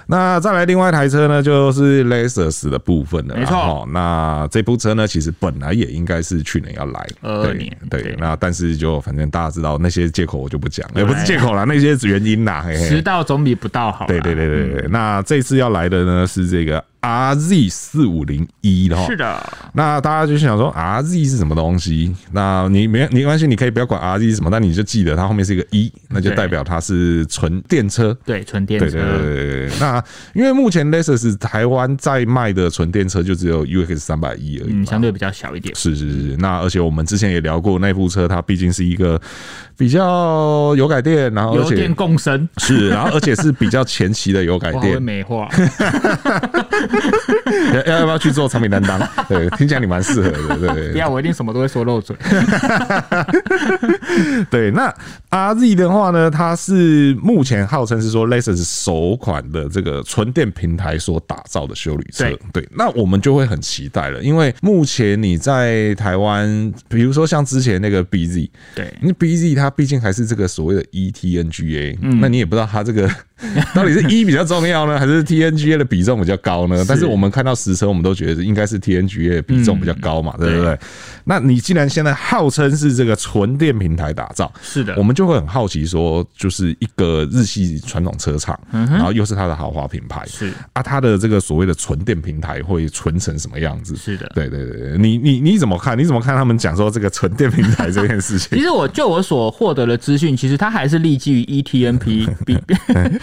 A: 那再来另外一台车呢，就是 Lexus 的部分了啦。
B: 没错
A: 齁那这部车呢，其实本来也应该是去年要来，
B: 22
A: 对
B: 年
A: 对
B: 对。
A: 那但是就反正大家知道那些借口我就不讲了，也不是
B: 对
A: 借口啦，那些原因啦。嘿嘿
B: 迟到总比不到好啦，
A: 对对对对
B: 嗯
A: 对。那这次要来的呢是这个 RZ 四五零一的哈。
B: 是的。
A: 那大家就想说啊 R Z 是什么东西？那你没没关系，你可以不要管 R Z 是什么，但你就记得它后面是一个一，那就代表它是纯电车。
B: 对，纯电
A: 对
B: 车，
A: 对对对对对。那因为目前 Lexus 台湾在卖的纯电车就只有 UX 三百一而已
B: 嗯，
A: 嘛。
B: 相对比较小一点。
A: 是是是，那而且我们之前也聊过，那部车它毕竟是一个比较油改电，然后而
B: 油
A: 且
B: 电共生，
A: 是，然后而且是比较前期的油改
B: 我 (laughs) 好会
A: 电，
B: 美化。
A: 要要要不要去做产品担当？对，听起来你蛮适合的，对对对
B: 不。要，我一定什么都会说
A: (laughs)
B: 漏嘴。
A: 对，那 RZ 的话呢，它是目前号称是说 Lexus 首款的这个纯电平台所打造的修理车。
B: 对
A: 那我们就会很期待了，因为目前你在台湾，比如说像之前那个 BZ，
B: 对
A: 因为 BZ 它毕竟还是这个所谓的 E ETNGA，、那你也不知道它 (laughs) 这个到底是 E 比较重要呢，还是 TNGA 的比重比较高呢？但是我们看到实车，我们都觉得应该是 TNGA 的比重比较高嘛，嗯对不对？那你既然现在号称是这个纯电平台打造，
B: 是的
A: 我们就会很好奇说，就是一个日系传统车厂，然后又是它的豪华品牌，
B: 嗯是
A: 啊，它的这个所谓的纯电平台会纯成什么样子？
B: 是的
A: 对对对对，你你你怎么看？你怎么看他们讲说这个纯电平台这件事情
B: (laughs) 其？实我就我所获得的资讯，其实它还是立基于
A: (laughs)
B: E ETNP B (laughs)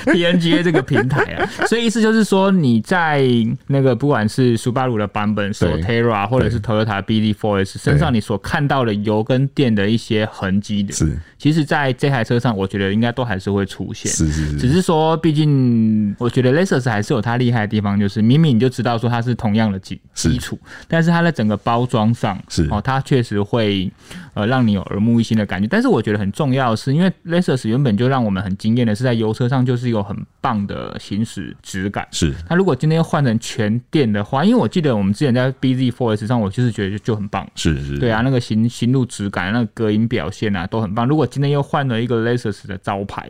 B: PNGA 这个平台啊，所以意思就是说，你在那个不管是苏巴鲁的版本、
A: 对
B: Solterra 或者是 Toyota BD4S 身上，你所看到的油跟电的一些痕迹的，
A: 是
B: 其实在这台车上，我觉得应该都还是会出现。
A: 是是
B: 只
A: 是，
B: 是说，毕竟我觉得 Lexus 还是有它厉害的地方，就是明明你就知道说它是同样的基
A: 是
B: 基础，但是它在整个包装上，
A: 是
B: 哦，它确实会呃让你有耳目一新的感觉。但是我觉得很重要的是，因为 Lexus 原本就让我们很惊艳的是，在油车上就是有很棒的行驶质感。
A: 是
B: 那如果今天换成全电的话，因为我记得我们之前在 BZ4S 上，我就是觉得就就很棒。
A: 是是，
B: 对啊，那个行行路质感、那个隔音表现啊，都很棒。如果今天又换了一个 Lexus 的招牌，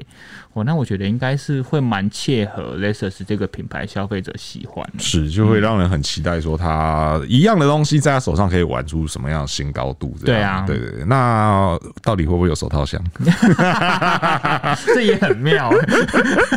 B: 哦，那我觉得应该是会蛮切合 Lexus 这个品牌消费者喜
A: (laughs)
B: 欢的。
A: 是就会让人很期待，说他一样的东西在他手上可以玩出什么样的新高度这样。
B: 对
A: 对
B: 啊
A: 对对。那到底会不会有手套箱？
B: 啊这也很妙、 (laughs)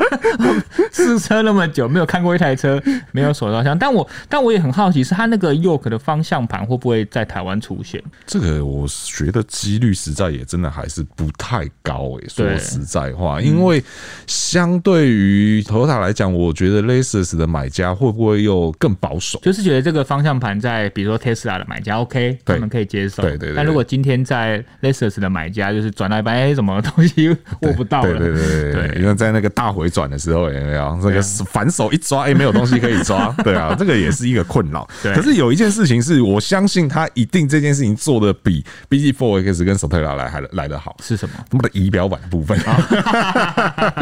B: 试车那么久，没有看过一台车没有手套箱，但我但我也很好奇，是它那个 Yoke 的方向盘会不会在台湾出现？
A: 这个我觉得几率实在也真的还是不太高诶、说
B: 对嗯
A: 实在话，因为相对于 Toyota 来讲，我觉得 Lexus 的买家会不会又更保守？
B: 就是觉得这个方向盘在比如说 Tesla 的买家 OK，他
A: 对
B: 们可以接受。
A: 对对对对
B: 但如果今天在 Lexus 的买家，就是转到一半，哎、什么东西握不到
A: 对
B: 了？
A: 对对对，
B: 对
A: 因为在那个大回转的时候，有没有那
B: 对
A: 个
B: 啊
A: 反手一抓，哎，没有东西可以
B: (laughs)
A: 抓，对啊，这个也是一个困扰。
B: 对
A: 可是有一件事情是我相信他一定这件事情做的比 BG Four X 跟 Sotera 来还来的好。
B: 是什么？
A: 他们的仪表板的部分，他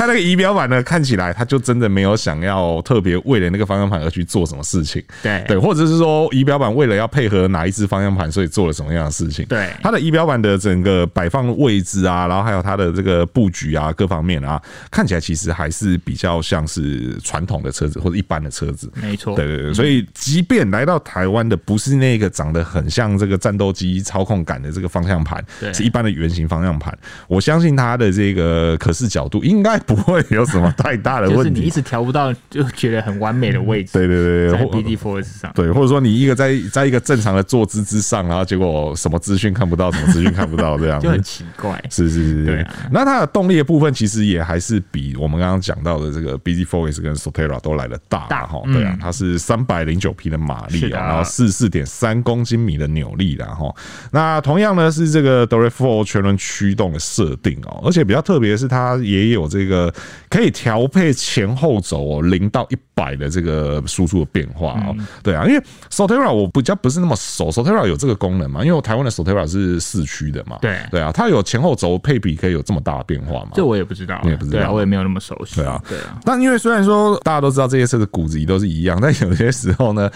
A: 那个仪表板呢，看起来他就真的没有想要特别为了那个方向盘而去做什么事情，
B: 对
A: 对，或者是说仪表板为了要配合哪一只方向盘，所以做了什么样的事情，
B: 对
A: 它的仪表板的整个摆放位置啊，然后还有它的这个布局啊，各方面啊，看起来其实还是比较像是传统的车子或者一般的车子。
B: 没错，
A: 对对对，所以即便来到台湾的不是那个长得很像这个战斗机操控感的这个方向盘，
B: 对
A: 是一般的圆形方向盘，我相信它的这个可视角度应该不会有什么太大的
B: 嗯就是
A: 问
B: 你一
A: 题。
B: 直调不到，就觉得很完美的位置，
A: 对对对
B: 在
A: 对，或
B: BD Force 上。
A: 对，或者说你一个在在一个正常的坐姿之上，然后结果什么资讯看不到，什么资讯看不到，这样子
B: 就很奇怪。
A: 是是是
B: 对
A: 是
B: 啊。
A: 那它的动力的部分其实也还是比我们刚刚讲到的这个 BZ Force 跟 Sotera 都来的大
B: 大
A: 哈。
B: 嗯
A: 对啊，它是三百零九匹的马力
B: 是
A: 哦，
B: 的
A: 然后四四点三公斤米的扭力啦哈。那同样呢是这个 d o r e f o r 全轮驱动的设定哦，而且比较特别的是它也有这个可以调配前后轴哦零到一百的这个输出的变化哦。
B: 嗯
A: 对啊，因为 Sotera 我比较不是那么熟，Sotera 有这个功能嘛？因为我台湾的 Sotera 是四驱的嘛，
B: 对
A: 对啊，它有前后轴配比可以有这么大的变化吗？
B: 这我也不知道，
A: 你也不知道
B: 对啊，我也没有那么熟悉。
A: 对啊
B: 对啊，
A: 但因为虽然说大家都知道这些车的骨子里都是一样， (laughs) 但有些时候呢，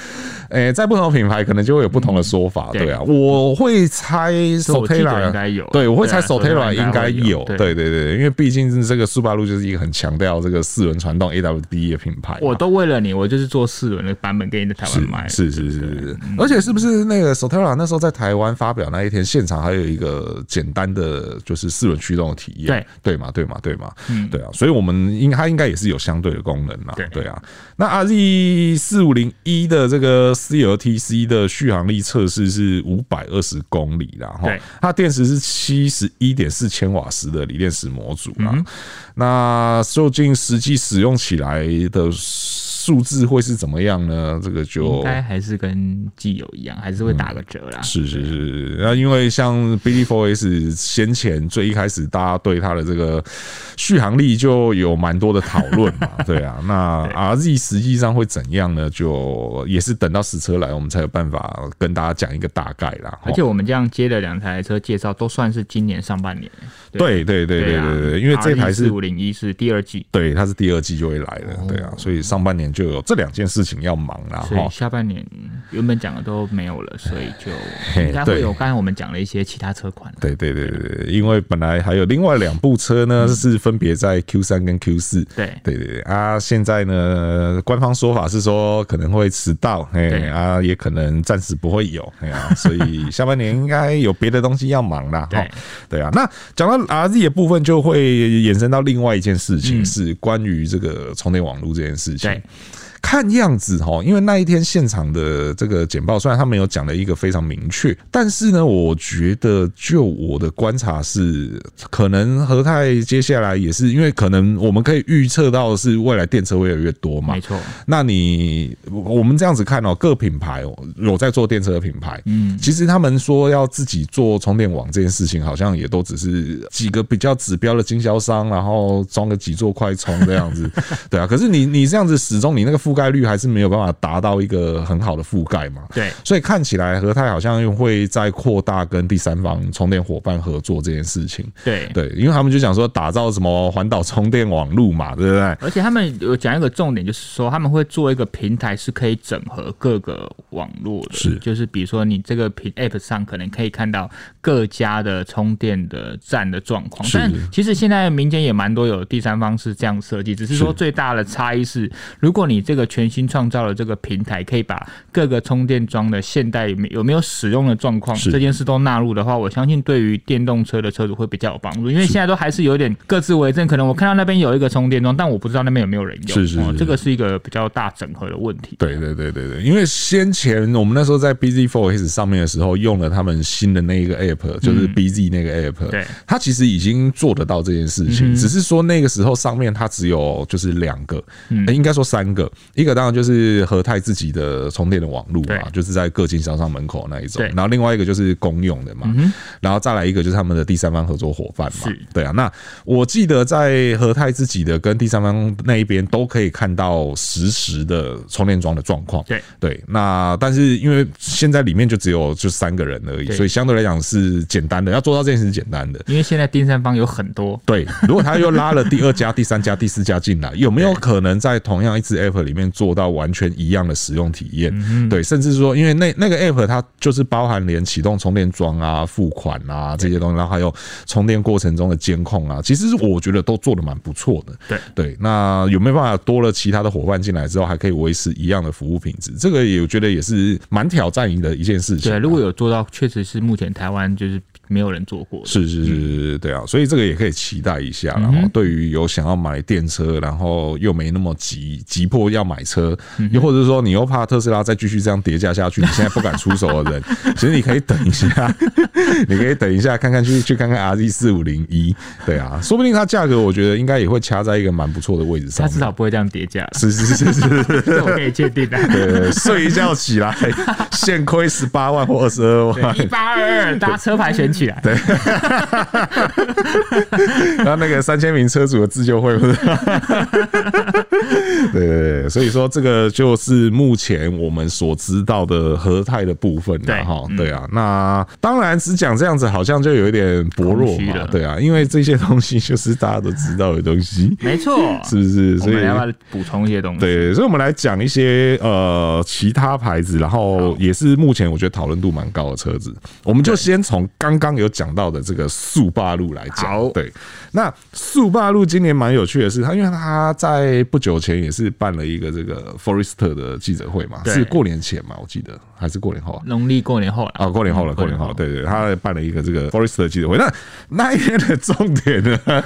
A: 诶、在不同的品牌可能就会有不同的说法，
B: 对
A: 对啊。我会猜
B: 我记得
A: Sotera
B: 应该有
A: 对我会猜
B: 对啊
A: Sotera
B: Sotera
A: 应该
B: 应该
A: 有
B: 有，对
A: 对对对，因为毕竟这个速八路就是一个很强调这个四轮传动 AWD E 的品牌嘛，
B: 我都为了你，我就是做四轮的版本给你在台湾买。嗯
A: 是是是是是，而且是不是那个 Sotera 那时候在台湾发表那一天，现场还有一个简单的就是四轮驱动的体验，对嘛对嘛对嘛，
B: 嗯
A: 对啊，所以我们应它应该也是有相对的功能啦，
B: 对
A: 对啊。那 RZ 四五零一的这个 CLTC 的续航力测试是五百二十公里啦，哈
B: 对，
A: 它电池是七十一点四千瓦时的锂电池模组啦，
B: 嗯
A: 那究竟实际使用起来的数字会是怎么样呢？这个
B: 应
A: 就
B: 该还是跟既有一样，还是会打个折啦。
A: 是是是，那因为像 Billy Four S 先前最一开始大家对它的这个续航力就有蛮多的讨论 (laughs) 嘛，对啊，那 RZ 实际上会怎样呢？就也是等到实车来，我们才有办法跟大家讲一个大概啦。哦
B: 而且我们这样接了两台车介绍，都算是今年上半年。啊
A: 对对对啊对对对，因为这台是
B: 五零一是第二季，
A: 对，它是第二季就会来了，对啊，所以上半年就有这两件事情要忙啦。
B: 所以
A: 哈。
B: 下半年原本讲的都没有了，所以就
A: 嘿
B: 应该
A: 对
B: 会有。刚才我们讲了一些其他车款了。
A: 对对对对对，因为本来还有另外两部车呢，是分别在 Q 三跟 Q 四。
B: 嗯对
A: 对对对啊，现在呢，官方说法是说可能会迟到，嘿
B: 对
A: 啊，也可能暂时不会有，哎
B: (laughs)
A: 呀、所以下半年应该有别的东西要忙啦。
B: 对
A: 齁对啊，那讲到 RZ 的部分，就会衍生到另外一件事情，是关于这个充电网络这件事情。
B: 嗯对
A: 看样子哈，因为那一天现场的这个简报，虽然他没有讲的一个非常明确，但是呢，我觉得就我的观察是，可能和泰接下来也是因为可能我们可以预测到的是未来电车会越来越多嘛
B: 没。错，
A: 那你我我们这样子看哦，各品牌哦有在做电车的品牌，嗯，其实他们说要自己做充电网这件事情，好像也都只是几个比较指标的经销商，然后装个几座快充这样子，对啊。可是你你这样子始终你那个覆盖率还是没有办法达到一个很好的覆盖嘛，
B: 对
A: 所以看起来和泰好像又会在扩大跟第三方充电伙伴合作这件事情，
B: 对
A: 对，因为他们就讲说打造什么环岛充电网路嘛，对不对？
B: 而且他们有讲一个重点，就是说他们会做一个平台，是可以整合各个网络的，
A: 是
B: 就是比如说你这个平 App 上可能可以看到各家的充电的站的状况，
A: 是
B: 但其实现在民间也蛮多有第三方是这样设计，只是说
A: 是
B: 最大的差异是，如果你这个全新创造的这个平台，可以把各个充电桩的现代有没有没有使用的状况
A: 是
B: 这件事都纳入的话，我相信对于电动车的车主会比较有帮助，因为现在都还是有点各自为政。可能我看到那边有一个充电桩，但我不知道那边有没有人用，
A: 是是
B: 哦
A: 是
B: 这个是一个比较大整合的问题。
A: 对对对对对，因为先前我们那时候在 BZ Four S 上面的时候，用了他们新的那一个 App，就是 BZ 那个 App，、
B: 嗯对嗯
A: 它其实已经做得到这件事情，只是说那个时候上面它只有就是两个，
B: 嗯
A: 呃应该说三个，一个当然就是和泰自己的充电的网路嘛
B: 对，
A: 就是在各经销商门口那一种
B: 对，嗯
A: 然后另外一个就是公用的嘛，然后再来一个就是他们的第三方合作伙伴嘛
B: 是，
A: 对啊，那我记得在和泰自己的跟第三方那一边都可以看到实时的充电桩的状况。
B: 对
A: 对，那但是因为现在里面就只有就三个人而已，
B: 对
A: 所以相对来讲是是简单的，要做到这件事是简单的。
B: 因为现在第三方有很多，
A: 对，如果他又拉了第二家、第三家、第四家进来，有没有可能在同样一支 app 里面做到完全一样的使用体
B: 嗯
A: 验？对，甚至说，因为那那个 app 它就是包含连启动充电桩啊、付款啊这些东西，然后还有充电过程中的监控啊，其实我觉得都做的蛮不错的。
B: 对
A: 对，那有没有办法多了其他的伙伴进来之后，还可以维持一样的服务品质？这个也我觉得也是蛮挑战的一件事情啊。
B: 对，如果有做到，确实是目前台湾就是没有人做过的。
A: 是是是是，对啊，所以这个也可以期待一下。然后对于有想要买电车，然后又没那么急急迫要买车，又或者说你又怕特斯拉再继续这样叠加下去，你现在不敢出手的人，其实你可以等一下，你可以等一下看看去去看看 RZ 四五零一，对啊，说不定它价格我觉得应该也会掐在一个蛮不错的位置上
B: 它
A: 面。
B: 至少不会这样叠价，
A: (laughs) 是是是是是，
B: 这我可以确定的。
A: 对，睡一觉起来 (laughs) 现亏十八万或二十二万，
B: 一八二二，大家车牌选起来。对，
A: 然后 (laughs) 那个三千名车主的自救会，不是？ (laughs) 对对对，所以说这个就是目前我们所知道的和泰的部分啦
B: 对嗯
A: 哈，对啊，那当然只讲这样子好像就有一点薄弱
B: 空虚
A: 嘛
B: 了，
A: 对啊，因为这些东西就是大家都知道的东
B: (laughs)
A: 西，
B: 没错。
A: 是不是？
B: 啊我
A: 所以
B: 们要不要补充一些东西？，
A: 对，所以我们来讲一些呃其他牌子，然后也是目前我觉得讨论度蛮高的车子。我们就先从刚刚有讲到的这个速霸路来讲
B: 好。
A: 对，那速霸路今年蛮有趣的是，它因为它在不久前也是办了一个这个 Forester 的记者会嘛，
B: 对
A: 是过年前嘛，我记得还是过年后啊。
B: 农历过年后了。
A: 啊，过年后了，
B: 嗯
A: 过年后了，对对，他办了一个这个 Forester 记者会，那那一天的重点呢， (laughs)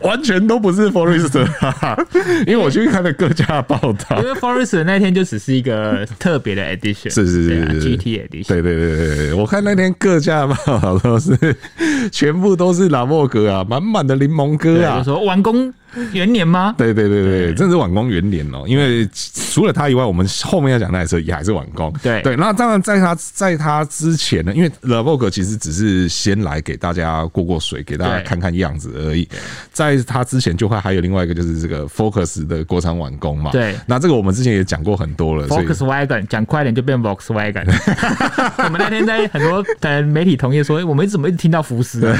A: 完全都不是 Forester，、啊、因为我去看了各家的报道，
B: 因为 Forest 那天就只是一个特别的 edition，
A: 是是是
B: 对啊
A: 是是
B: ，GT edition，
A: 对对对对对，我看那天各家 (laughs) 的报道都是全部都是拉莫哥啊，满满的柠檬哥
B: 对，就
A: 啊。
B: 说完工元年吗？
A: 对对对对，真的是晚工元年哦、因为除了他以外，我们后面要讲那台车也还是晚工。
B: 对
A: 对，那当然在他在他之前呢，因为 l e v o g 其实只是先来给大家过过水，给大家
B: 对
A: 看看样子而已。在他之前就会还有另外一个就是这个 Focus 的国产晚工嘛。
B: 对
A: 那这个我们之前也讲过很多了，所以
B: Volkswagen 讲快点就变
A: (laughs)
B: Volkswagen。我们那天在很多呃媒体同业说，诶我们怎么一直听到福
A: (laughs)
B: 斯啊？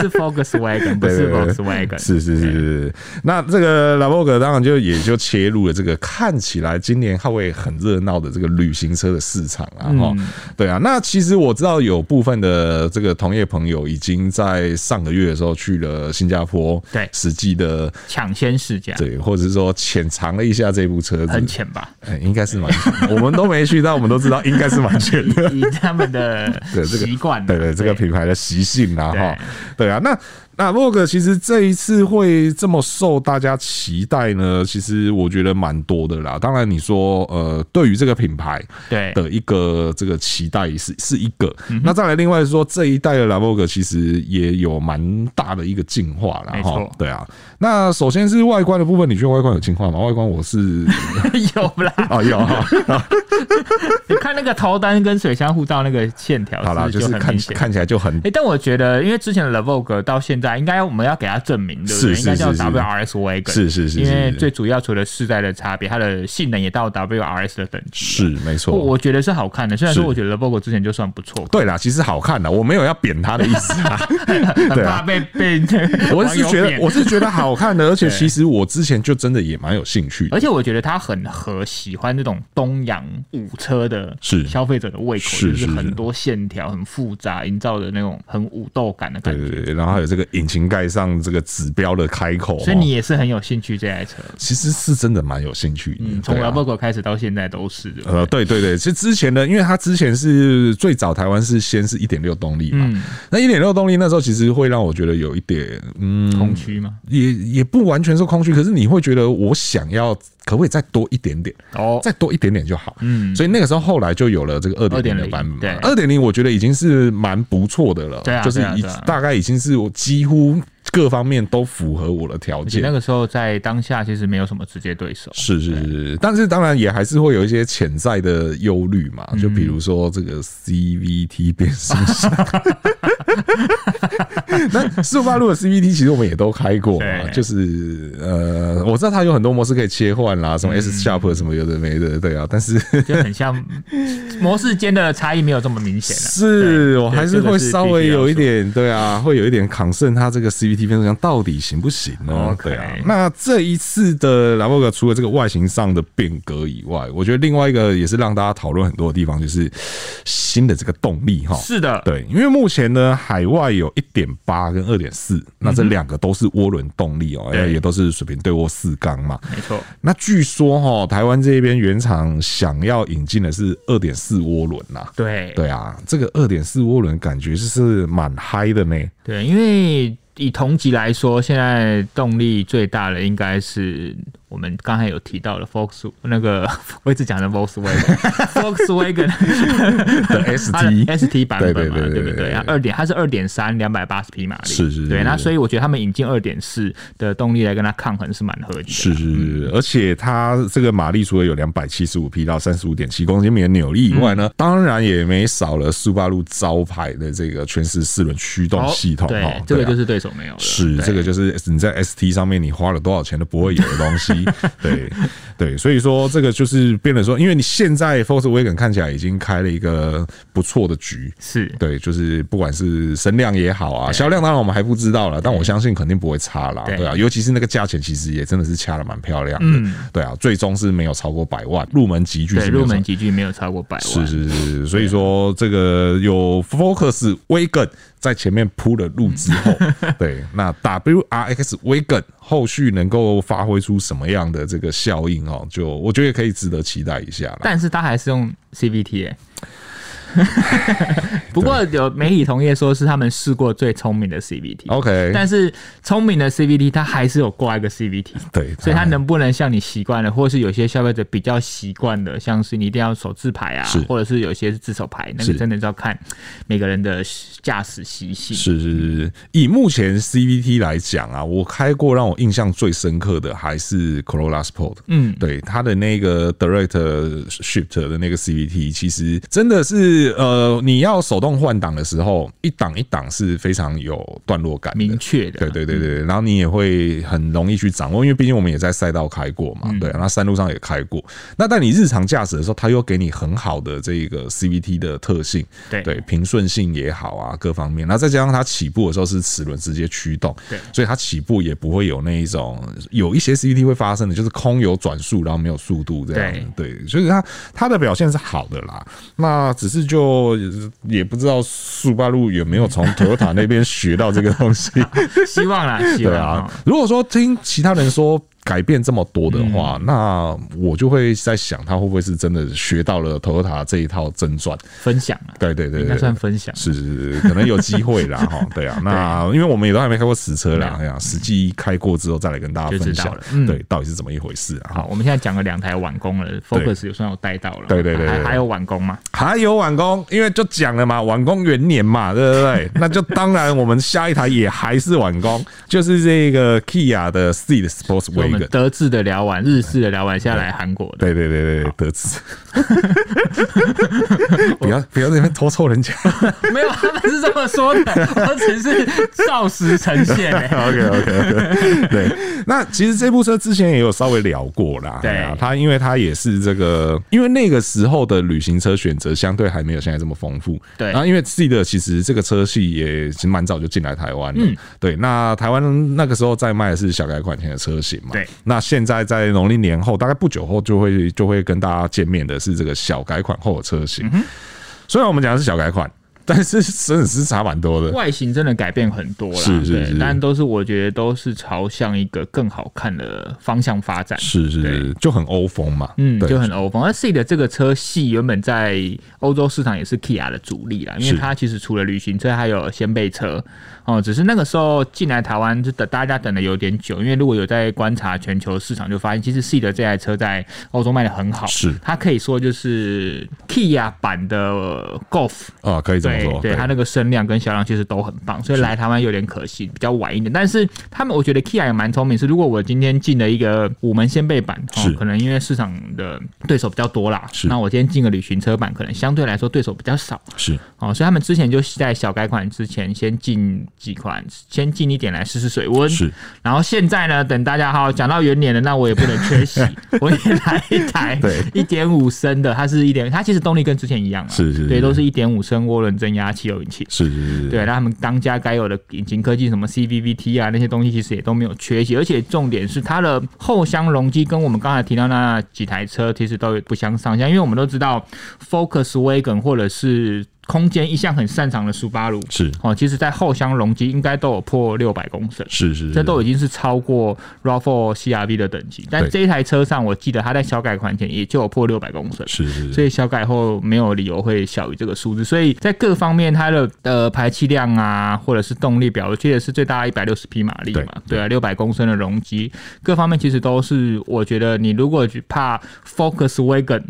B: 是 Volkswagen，不
A: 对对
B: 是
A: 对
B: Volkswagen。
A: 是是是是是。那这个拉博格当然就也就切入了这个看起来今年会很热闹的这个旅行车的市场
B: 嗯
A: 啊，哈、对啊。那其实我知道有部分的这个同业朋友已经在上个月的时候去了新加坡，
B: 对
A: 实际的
B: 抢先试驾，
A: 对，或者是说浅尝了一下这部车
B: 很
A: 子。
B: 浅吧？
A: 哎应该是蛮浅的，我们都没去，但我们都知道应该是蛮浅的。
B: 以他们的
A: (laughs) 对这个
B: 习惯啊，
A: 对对，这个品牌的习性啊，
B: 对
A: 哈，对啊，那。那 Vogue 其实这一次会这么受大家期待呢，其实我觉得蛮多的啦。当然，你说呃，对于这个品牌
B: 对
A: 的一个这个期待是是一个，
B: 嗯
A: 那再来另外说这一代的 Vogue 其实也有蛮大的一个进化啦。
B: 没
A: 哈
B: 错
A: 对啊。那首先是外观的部分，你觉得外观有进化吗？外观我
B: (laughs)
A: 是
B: (laughs) 有啦。
A: 啊有啊，
B: (laughs) 你看那个头灯跟水箱护罩那个线条，
A: 好啦，
B: 是不
A: 就是是
B: 很
A: 看
B: 明显。
A: 看起来就很
B: 哎、但我觉得，因为之前的 Levogue 到现在，应该我们要给它证明，对不
A: 是
B: 对？
A: 是
B: 应该叫
A: 是是
B: WRS Wagon，
A: 是是是是
B: 因为最主要除了世代的差别，它的性能也到 WRS 的等级。
A: 是没错。
B: 我我觉得是好看的，虽然说
A: 是
B: 我觉得 Levogue 之前就算不错，
A: 对啦，其实好看的，我没有要贬他的意思啊，对
B: 很
A: 啊
B: 怕被被
A: (laughs) 我
B: 网
A: 是
B: 友
A: 觉得
B: 贬
A: 我是觉得好看
B: (laughs)
A: 的，而且
B: 对哎
A: 其实我之前就真的也蛮有兴趣的
B: 而，且我觉得它很合喜欢这种东洋舞车的
A: 是
B: 消费者的胃口，
A: 是
B: 就是
A: 是
B: 很多线条很复杂，营造的那种很武斗感的感
A: 对
B: 觉。
A: 对对，然后还有这个引擎盖上这个指标的开口，
B: 所以你也是很有兴趣这台车，
A: 其实是真的蛮有兴趣的，
B: 嗯从
A: 对啊
B: l a b o g o 开始到现在都是的。
A: 呃，对对对，其实之前的，因为它之前是最早台湾是先是一点六动力嘛，
B: 嗯
A: 那一点六动力那时候其实会让我觉得有一点，嗯，
B: 空虚吗？
A: 也也不完全是空虚，可是你会觉得我想要可不可以再多一点点，
B: 哦，
A: 再多一点点就好。
B: 嗯
A: 所以那个时候后来就有了这个二点零的版本嘛。二
B: 2.0
A: 点零我觉得已经是蛮不错的了，
B: 对啊
A: 就是
B: 对啊
A: 已
B: 对啊
A: 大概已经是我几乎各方面都符合我的条
B: 而且
A: 件
B: 那。个时候在当下其实没有什么直接对手，啊
A: 是是是，但是当然也还是会有一些潜
B: 嗯 (laughs)
A: 在的忧虑嘛，就比如说这个 CVT 变速箱， (laughs) 那四五八路的 CVT 其实我们也都开过嘛，
B: 对
A: 就是呃，我知道它有很多模式可以切换啦，什么
B: 嗯
A: S Sharp 什么有的没的，对啊，但是
B: 就很像 (laughs) 模式间的差异没有这么明显啊了、
A: 是我还是
B: 这个
A: 会
B: 是
A: 稍
B: 必须
A: 微
B: 要
A: 有一
B: 说
A: 点，对啊，会有一点 concern 它这个 CVT 变速箱到底行不行呢？
B: OK
A: 对啊，那这一次的 l a v o g 除了这个外形上的变革以外，我觉得另外一个也是让大家讨论很多的地方，就是新的这个动力哈。
B: 是的，
A: 哦对，因为目前呢，海外有一点八跟二点四，那这两个都是涡轮动力哦、
B: 对
A: 也都是水平对涡四缸嘛。
B: 没错，
A: 那据说哈，台湾这边原厂想要引进的是二点四涡轮呐。
B: 对
A: 对啊，这个二点四涡轮感觉就是蛮嗨的呢。
B: 对，因为以同级来说，现在动力最大的应该是我们刚才有提到的 Fox 那个， (laughs) 我一直讲
A: (laughs)
B: 的 Volkswagen，Volkswagen (laughs)
A: 的 S
B: 它
A: (laughs)
B: 的嗯
A: T
B: ST 版本嘛，
A: 对对对对
B: 对不
A: 对对
B: 对？二点它是二点三，两百八十匹马力，
A: 是是是
B: 对。
A: 是
B: 那所以我觉得他们引进二点四的动力来跟它抗衡是蛮合理的，
A: 是是是，而且它这个马力除了有两百七十五匹到三十五点七公斤米的扭力以外
B: 嗯
A: 呢，当然也没少了速八路招牌的这个全时四轮驱动系统
B: 哦对
A: 哈、
B: 这个
A: 对啊
B: 就是对手没有了，
A: 是，
B: 对
A: 这个就是你在 ST 上面你花了多少钱都不会有的东
B: (laughs)
A: 西，对对，所以说这个就是变得说，因为你现在 f o r c e w a g e n 看起来已经开了一个不错的局，
B: 是
A: 对，就是不管是声量也好啊，销量当然我们还不知道了，但我相信肯定不会差啦，
B: 对嗯
A: 对啊，尤其是那个价钱其实也真的是掐的蛮漂亮的，对啊，最终是没有超过百万，入门级距
B: 对
A: 是没有
B: 入
A: 超
B: 门级啊距没有超过百
A: 是
B: 万，
A: 是是是，所以说这个有 Focus Wagon 在前面铺了路之
B: (laughs)
A: 后，对，那 WRX Wagon 后续能够发挥出什么样的这个效应哦，就我觉得可以值得期待一下啦。
B: 但是他还是用 CVT
A: (laughs)
B: 哎、不过有媒体同业说是他们试过最聪明的 CVT。
A: 哦 OK，
B: 但是聪明的 CVT 它还是有挂一个 CVT，
A: 对，
B: 所以它能不能像你习惯的，或是有些消费者比较习惯的，像是你一定要手自排啊
A: 是，
B: 或者是有些是自手排，那
A: 是
B: 个真的是要看每个人的驾驶习性。
A: 是是是是，以目前 CVT 来讲啊，我开过让我印象最深刻的还是 Corolla Sport。
B: 嗯
A: 对，它的那个 Direct Shift 的那个 CVT，其实真的是呃，你要手动换挡的时候，一档一档是非常有段落感的。
B: 明确的，啊
A: 对对对对，然后你也会很容易去掌握，因为毕竟我们也在赛道开过
B: 嗯
A: 嘛，对、啊，那山路上也开过。那但你日常驾驶的时候，它又给你很好的这个 CVT 的特性，
B: 对
A: 对，平顺性也好啊，各方面。那再加上它起步的时候是齿轮直接驱动，
B: 对
A: 所以它起步也不会有那一种有一些 CVT 会发生的，就是空有转速，然后没有速度这样
B: 对。
A: 对，所以它它的表现是好的啦。那只是就也不知道速八路有没有从 Toyota 那边学到这个东西。
B: (laughs) 啊希望啦，哦希
A: (laughs)
B: 望
A: 对啊，如果说听其他人说改变这么多的话，
B: 嗯
A: 那我就会在想，他会不会是真的学到了 Toyota 这一套真传？
B: 分享啊，
A: 对对对
B: 应该
A: 对
B: 算分享。
A: 是是是，可能有机会啦
B: (laughs)
A: 哈。对啊，那因为我们也都还没开过实车啦，哎呀，实际开过之后再来跟大家
B: 啊就
A: 分
B: 知道
A: 享
B: 了，嗯
A: 对，到底是怎么一回事啊？
B: 好，我们现在讲了两台晚工了，Focus 有算有带到了，
A: 对对对对
B: 还
A: 对
B: 还有晚工吗？
A: 还有晚工，因为就讲了嘛，晚工元年嘛，对不
B: (laughs)
A: 对？那就当然，我们下一台也还是晚工，就是这个 Kia 的 Ceed
B: 我们
A: Sportswagen。
B: 德智的聊完，日式的聊完，现在来韩国的，
A: 对对对对，得
B: (laughs)
A: 知。不要不要在那边偷凑人家。
B: 没有，他们是这么说的，我只是照实呈现、欸。
A: OK OK，对。那其实这部车之前也有稍微聊过啦，
B: 对
A: 哎呀它因为它也是这个，因为那个时候的旅行车选择相对还没有现在这么丰富，
B: 对
A: 然后因为 C 的其实这个车系也其实蛮早就进来台湾了，对。那台湾那个时候在卖的是小改款前的车型嘛，
B: 对
A: 那现在在农历年后，大概不久后就会就会跟大家见面的是这个小改款后的车型。虽然我们讲的是小改款，但是真的是差蛮多的。
B: 外形真的改变很多啦，
A: 是是
B: 对
A: 是
B: 但都是我觉得都是朝向一个更好看的方向发展。
A: 是是是，就很欧风嘛，
B: 嗯，
A: 对
B: 就很欧风。那 C 的这个车系原本在欧洲市场也是 Kia 的主力啦，因
A: 是
B: 为它其实除了旅行车，还有掀背车哦。只是那个时候进来台湾，就等大家等的有点久，因为如果有在观察全球市场，就发现其实 C 的这台车在欧洲卖的很好，
A: 是
B: 它可以说就是 Kia 版的 Golf。
A: 啊，可以这么不错。
B: 对它那个声量跟销量其实都很棒，所以来台湾有点可惜，比较晚一点。但是他们我觉得 Kia 也蛮聪明，是如果我今天进了一个五门掀背版，哦
A: 是
B: 可能因为市场的对手比较多啦，
A: 是
B: 那我今天进个旅行车版，可能相对来说对手比较少，
A: 是
B: 哦，所以他们之前就在小改款之前先进几款，先进一点来试试水温。
A: 是，
B: 然后现在呢，等大家好讲到元年了，那我也不能缺
A: (laughs)
B: 席，我也来一台
A: 对
B: 一点五升的，它是一点，它其实动力跟之前一样啊，
A: 是是
B: 对，
A: 是
B: 都是一点五升涡轮增压汽油引擎。
A: 是是是，
B: 对，那他们当家该有的引擎科技，什么 CVVT 啊那些东西，其实也都没有缺席。而且重点是它的后箱容积跟我们刚才提到那几台车其实都有不相上下，因为我们都知道 Focus Wagon 或者是空间一向很擅长的苏巴鲁，
A: 是
B: 哦，其实在后箱容积应该都有破六百公升。
A: 是是，
B: 这都已经是超过 RAV4 CRV 的等级，但
A: 对
B: 这一台车上，我记得它在小改款前也就有破六百公升，
A: 是是，
B: 所以小改后没有理由会小于这个数字，所以在各方面它的呃排气量啊，或者是动力表，我记得是最大一百六十匹马力嘛，
A: 对
B: 对啊，六百公升的容积，各方面其实都是我觉得你如果去怕 Focus Wagon，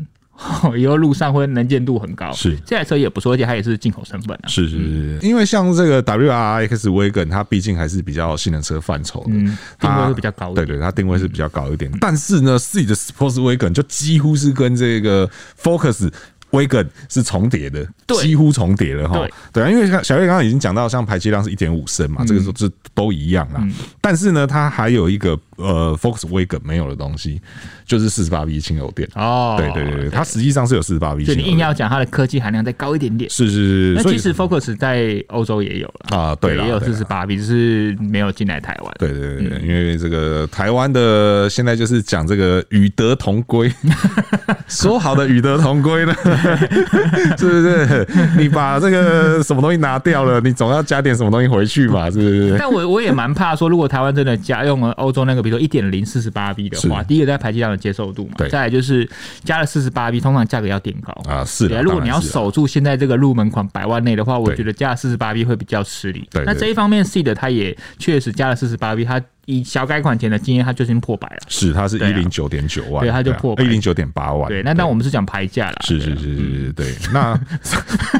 B: 吼以后路上会能见度很高，
A: 是
B: 这台车也不错，而且它也是进口身份啊，
A: 是是是，因为像这个 WRX Wagon，它毕竟还是比较性能车范畴的，
B: 嗯，定位
A: 它
B: 会比较高一
A: 对
B: 点。
A: 对，它定位是比较高一
B: 嗯
A: 点。但是呢，C 的 Sports Wagon 就几乎是跟这个 Focus。Wagon 是重叠的，
B: 对
A: 几乎重叠了哈
B: 对。嗯
A: 对啊，因为像小月刚刚已经讲到，像排气量是一点五升嘛，这个都是都一样啦。但是呢，它还有一个呃 Focus Wagon 没有的东西，就是四十八 V 轻油电。
B: 哦，
A: 对对对对，它实际上是有四十八 V
B: 所
A: 轻油
B: 以你硬
A: 电。
B: 要讲它的科技含量再高一点点。
A: 是是
B: 那
A: 是，所
B: 其
A: 以
B: 实 Focus 在欧洲也有了
A: 啊对啦
B: 也有
A: 对
B: 四
A: 啦
B: 十八 B，只是没有进来台湾。
A: 对对对，对，
B: 嗯
A: 因为这个台湾的现在就是讲这个与德同归， (laughs) 说好的与德同归呢， (laughs) 是不是？你把这个什么东西拿掉了，你总要加点什么东西回去嘛，是不是？
B: (laughs) 但我我也蛮怕说，如果台湾真的加用了欧洲那个，比如说一点零四十八 B 的话，
A: 是
B: 第一个在排气量的接受度嘛
A: 对，
B: 再来就是加了四十八 B，通常价格要垫高。
A: 啊，是
B: 对啊，
A: 的，
B: 如果你要
A: 当然是啦，
B: 守住现在这个入门款百万内的话，我
A: 对
B: 觉得加了四十八 B 会比较吃力。
A: 对对
B: 那这一方面 C 的它也确实加了四十八 B，它以小改款前的经验，它就已经破百了。
A: 是它是一
B: 对啊
A: 零九点九万，啊
B: 对它就破百
A: 一零九点八万，
B: 对，那但我们是讲牌价啦。
A: 啊是
B: 对
A: 是
B: 啊
A: 是是是，对，那
B: (laughs)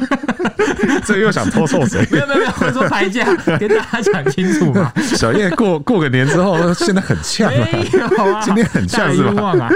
A: 这又想偷臭谁？
B: 没有没有没有，我说牌
A: (laughs)
B: 价，跟大家讲清楚嘛。
A: 小叶啊过过个年之后，现在很呛啊。
B: 没有啊，
A: 今天很像是吧
B: 大冤
A: (laughs)
B: 枉啊，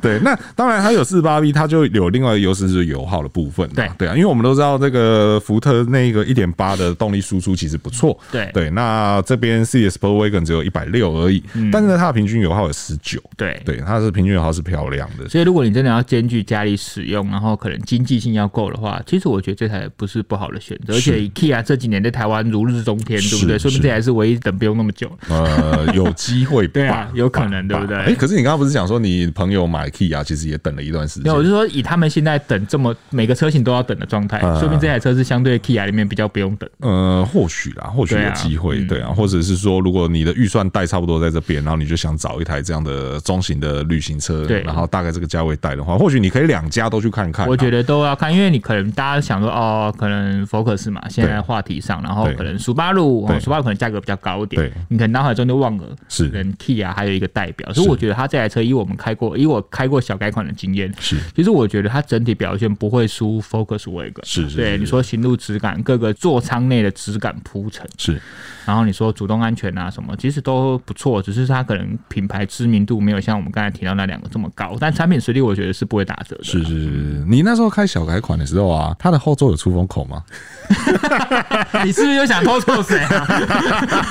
A: 对，那当然它有四八 V，它就有另外一个优势就是油耗的部分嘛。
B: 对
A: 对啊，因为我们都知道这个福特那个一点八的动力输出其实不错。
B: 对
A: 对，那这边 CS Sport Wagon 只有一百六而已，但是呢，它的平均油耗有十九。
B: 嗯对。
A: 对，它是平均油耗是漂亮的。
B: 所以，如果你真的要兼具家里使用，然后可能经济性要够的话，其实我觉得这台不是不好的选择。而
A: 是
B: 且 Kia 这几年在台湾如日中天，对不对？
A: 是
B: 说明这台是唯一等不用那么久。
A: 呃，有机会吧，
B: (laughs) 对啊有可能
A: 吧
B: 对不对
A: 哎、可是你刚刚不是讲说你朋友买 Kia 其实也等了一段时
B: 没
A: 间
B: 有，我是说以他们现在等这么每个车型都要等的状态，
A: 啊
B: 说明这台车是相对 Kia 里面比较不用等。
A: 呃，或许啦，或许
B: 对
A: 有
B: 啊
A: 机会，对啊，或者是说，如果你的预算带差不多在这边，然后你就想找一台这样的中型的旅行车，
B: 对
A: 然后大概这个价位带的话，或许你可以两家都去看看啦。
B: 我觉得都要看，因为你可能大家想说哦，可能 Focus 嘛，现在话题上，然后
A: 对
B: 可能苏巴路，
A: 对
B: 哦，苏巴路可能价格比较高一点
A: 对，
B: 你可能脑海中就忘了
A: 是
B: 跟 Kia 啊还有一个代表，所以我觉得它这台车以我们开过，以我开过小改款的经验，
A: 是
B: 其实我觉得它整体表现不会输 Focus Wagon，
A: 是是是
B: 对你说行路质感，各个座舱内的质感铺陈，
A: 是
B: 然后你说主动安全啊什么，其实都不错，只是它可能品牌知名度没有像我们刚才提到那两个这么高，但产品实力我觉得是不会打折的。
A: 是是是，你那时候开小改款的时候啊，它的后座有出风口吗？
B: (laughs) 你是不是又想偷错谁啊？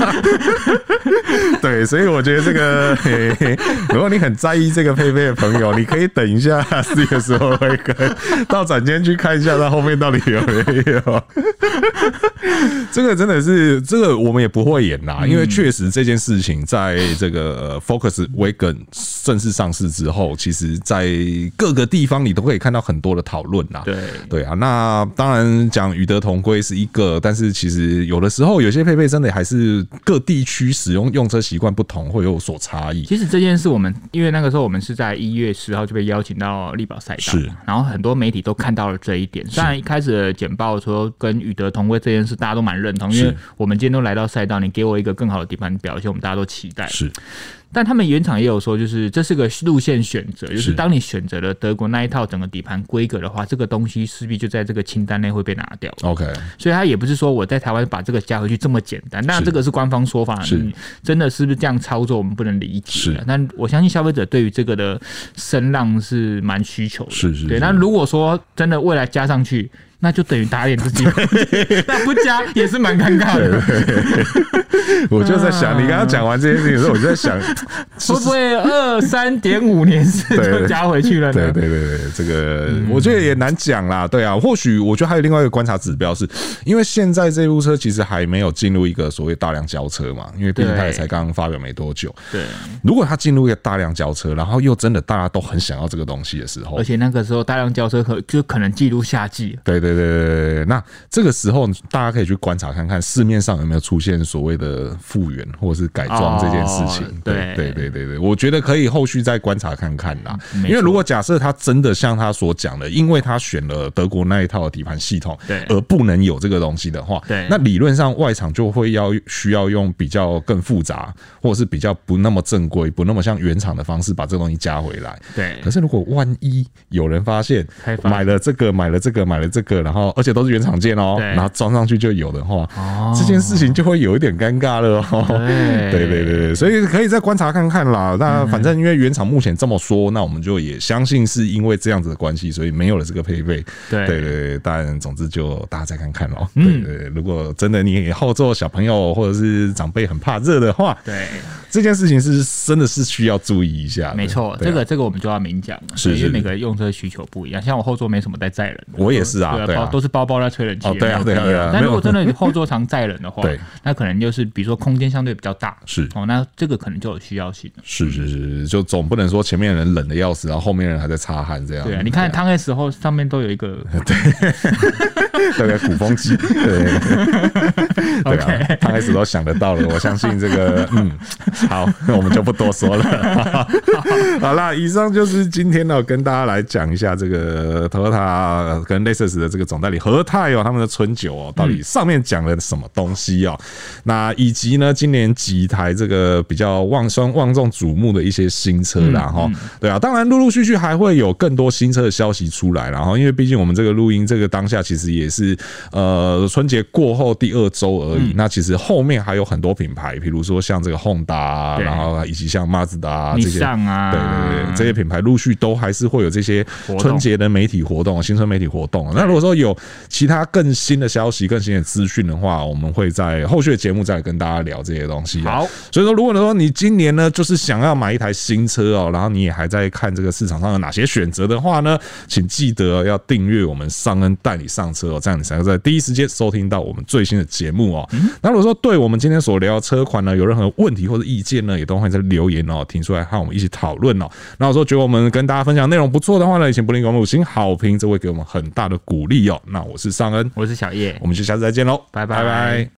A: (laughs) 对，所以我觉得这个，嘿嘿如果你很在意这个配备的朋友，你可以等一下 (laughs) 四月时候会跟到展间去看一下它后面到底有没有。这个真的是，这个我们也不会演啦，因为确实这件事情在这个呃 Focus Wagon 正式上市之后，其实在各个地方你都可以看到很多的讨论啦。
B: 对
A: (laughs) 对啊，那当然讲与德同归是一个，但是其实有的时候有些配备真的还是各地区使用用车习惯不同，会有所差异。
B: 其实这件事我们，因为那个时候我们是在一月十号就被邀请到力宝赛道
A: 是
B: 嘛，然后很多媒体都看到了这一点。虽然一开始的简报说跟宇德同归这件事，大家都蛮认同，因为
A: 是
B: 我们今天都来到赛道，你给我一个更好的底盘表现，我们大家都期待。
A: 是
B: 但他们原厂也有说，就是这是个路线选择，就是是当你选择了德国那一套整个底盘规格的话，这个东西势必就在这个清单内会被拿掉。
A: OK，
B: 所以它也不是说我在台湾把这个加回去这么简单。那
A: 是
B: 这个是官方说法，
A: 是
B: 嗯真的是不是这样操作，我们不能理解
A: 是。
B: 但我相信消费者对于这个的声浪是蛮需求的。
A: 是是
B: 对，
A: 是
B: 那如果说真的未来加上去，那就等于打脸
A: (laughs)
B: 自己，那不加也是蛮尴尬的。
A: 我就在想，你刚刚讲完这些事情之后，我就在想， (laughs)
B: 会不会二三点五年是
A: 对
B: 就加回去了
A: 对
B: 呢？
A: 对对对，这个我觉得也难讲啦。对啊，或许我觉得还有另外一个观察指标是，因为现在这部车其实还没有进入一个所谓大量交车嘛，因为毕竟它也
B: 对
A: 才刚刚发表没多久。
B: 对
A: 如果它进入一个大量交车，然后又真的大家都很想要这个东西的时候
B: 而，且那个时候大量轿车可就可能进入夏季了。
A: 对对对对对对，那这个时候大家可以去观察看看市面上有没有出现所谓的复原或者是改装这件事情。
B: 哦
A: 对
B: 对嗯
A: 对对对对，我觉得可以后续再观察看看啦。
B: 没错
A: 因为如果假设他真的像他所讲的，因为他选了德国那一套底盘系统，
B: 对
A: 而不能有这个东西的话，
B: 对
A: 那理论上外厂就会要需要用比较更复杂，或者是比较不那么正规、不那么像原厂的方式把这个东西加回来。
B: 对
A: 可是如果万一有人发现
B: 哎开发
A: 买了这个、买了这个、买了这个，然后而且都是原厂件哦，
B: 对哦
A: 然后装上去就有的话，这件事情就会有一点尴尬了哦。
B: 对嗯
A: 对对对对，所以可以再观察看看啦。那反正因为原厂目前这么说，那我们就也相信是因为这样子的关系，所以没有了这个配备。
B: 对
A: 对对对，但总之就大家再看看咯。对
B: 嗯
A: 对，对如果真的你以后做小朋友或者是长辈很怕热的话，
B: 对。
A: 这件事情是真的是需要注意一下的。
B: 没错，
A: 对啊
B: 这个这个我们就要明讲了，
A: 是
B: 因为
A: 是
B: 每个用车需求不一样。像我后座没什么在载人的，
A: 我也是啊
B: 对
A: 对啊
B: 包都是包包在吹冷气
A: 哦
B: 的，
A: 对啊
B: 没
A: 对
B: 有
A: 啊
B: 必要
A: 对啊
B: 但
A: 没
B: 如
A: 有
B: 果真的你后座常载人的话
A: 对，
B: 那可能就是比如说空间相对比较大，
A: 是
B: 哦，那这个可能就有需要性了。
A: 是是是，是，就总不能说前面的人冷的要死，然后后面的人还在擦汗这样。
B: 对啊，你看
A: 他
B: 汤 S 后上面都有一
A: (laughs)
B: 个，
A: 大概鼓风机，
B: (laughs)
A: 对对啊，他开始都想得到了。我相信这个，嗯，好，那我们就不多说了。 (laughs) 好啦，以上就是今天呢，跟大家来讲一下这个 Toyota 跟 Lexus 的这个总代理和泰哦，他们的春酒哦，到底上面讲了什么东西哦？那以及呢，今年几台这个比较望双望众瞩目的一些新车啦，哈、对啊，当然陆陆续续还会有更多新车的消息出来啦，然后因为毕竟我们这个录音这个当下其实也是呃春节过后第二周而已，那其实后面还有很多品牌，比如说像这个 Honda，啊
B: 对
A: 然后以及像 Mazda 啊
B: 你
A: 这些。
B: 上啊，
A: 对对对，这些品牌陆续都还是会有这些
B: 活动
A: 春节的媒体活动、新春媒体活动。啊那如果说有其他更新的消息、更新的资讯的话，我们会在后续的节目再跟大家聊这些东西。啊
B: 好，
A: 所以说，如果说你今年呢，就是想要买一台新车哦，然后你也还在看这个市场上有哪些选择的话呢，请记得要订阅我们上恩带你上车哦，这样你才会在第一时间收听到我们最新的节目哦。
B: 嗯
A: 那如果说对我们今天所聊的车款呢有任何问题或者意见呢，也都欢迎在留言哦，提出来和我们一起讨论哦。那我说觉得我们跟大家分享内容不错的话呢，也请不吝给我们五星好评，这会给我们很大的鼓励哦。那我是尚恩，
B: 我是小叶，
A: 我们就下次再见喽，
B: 拜拜
A: 拜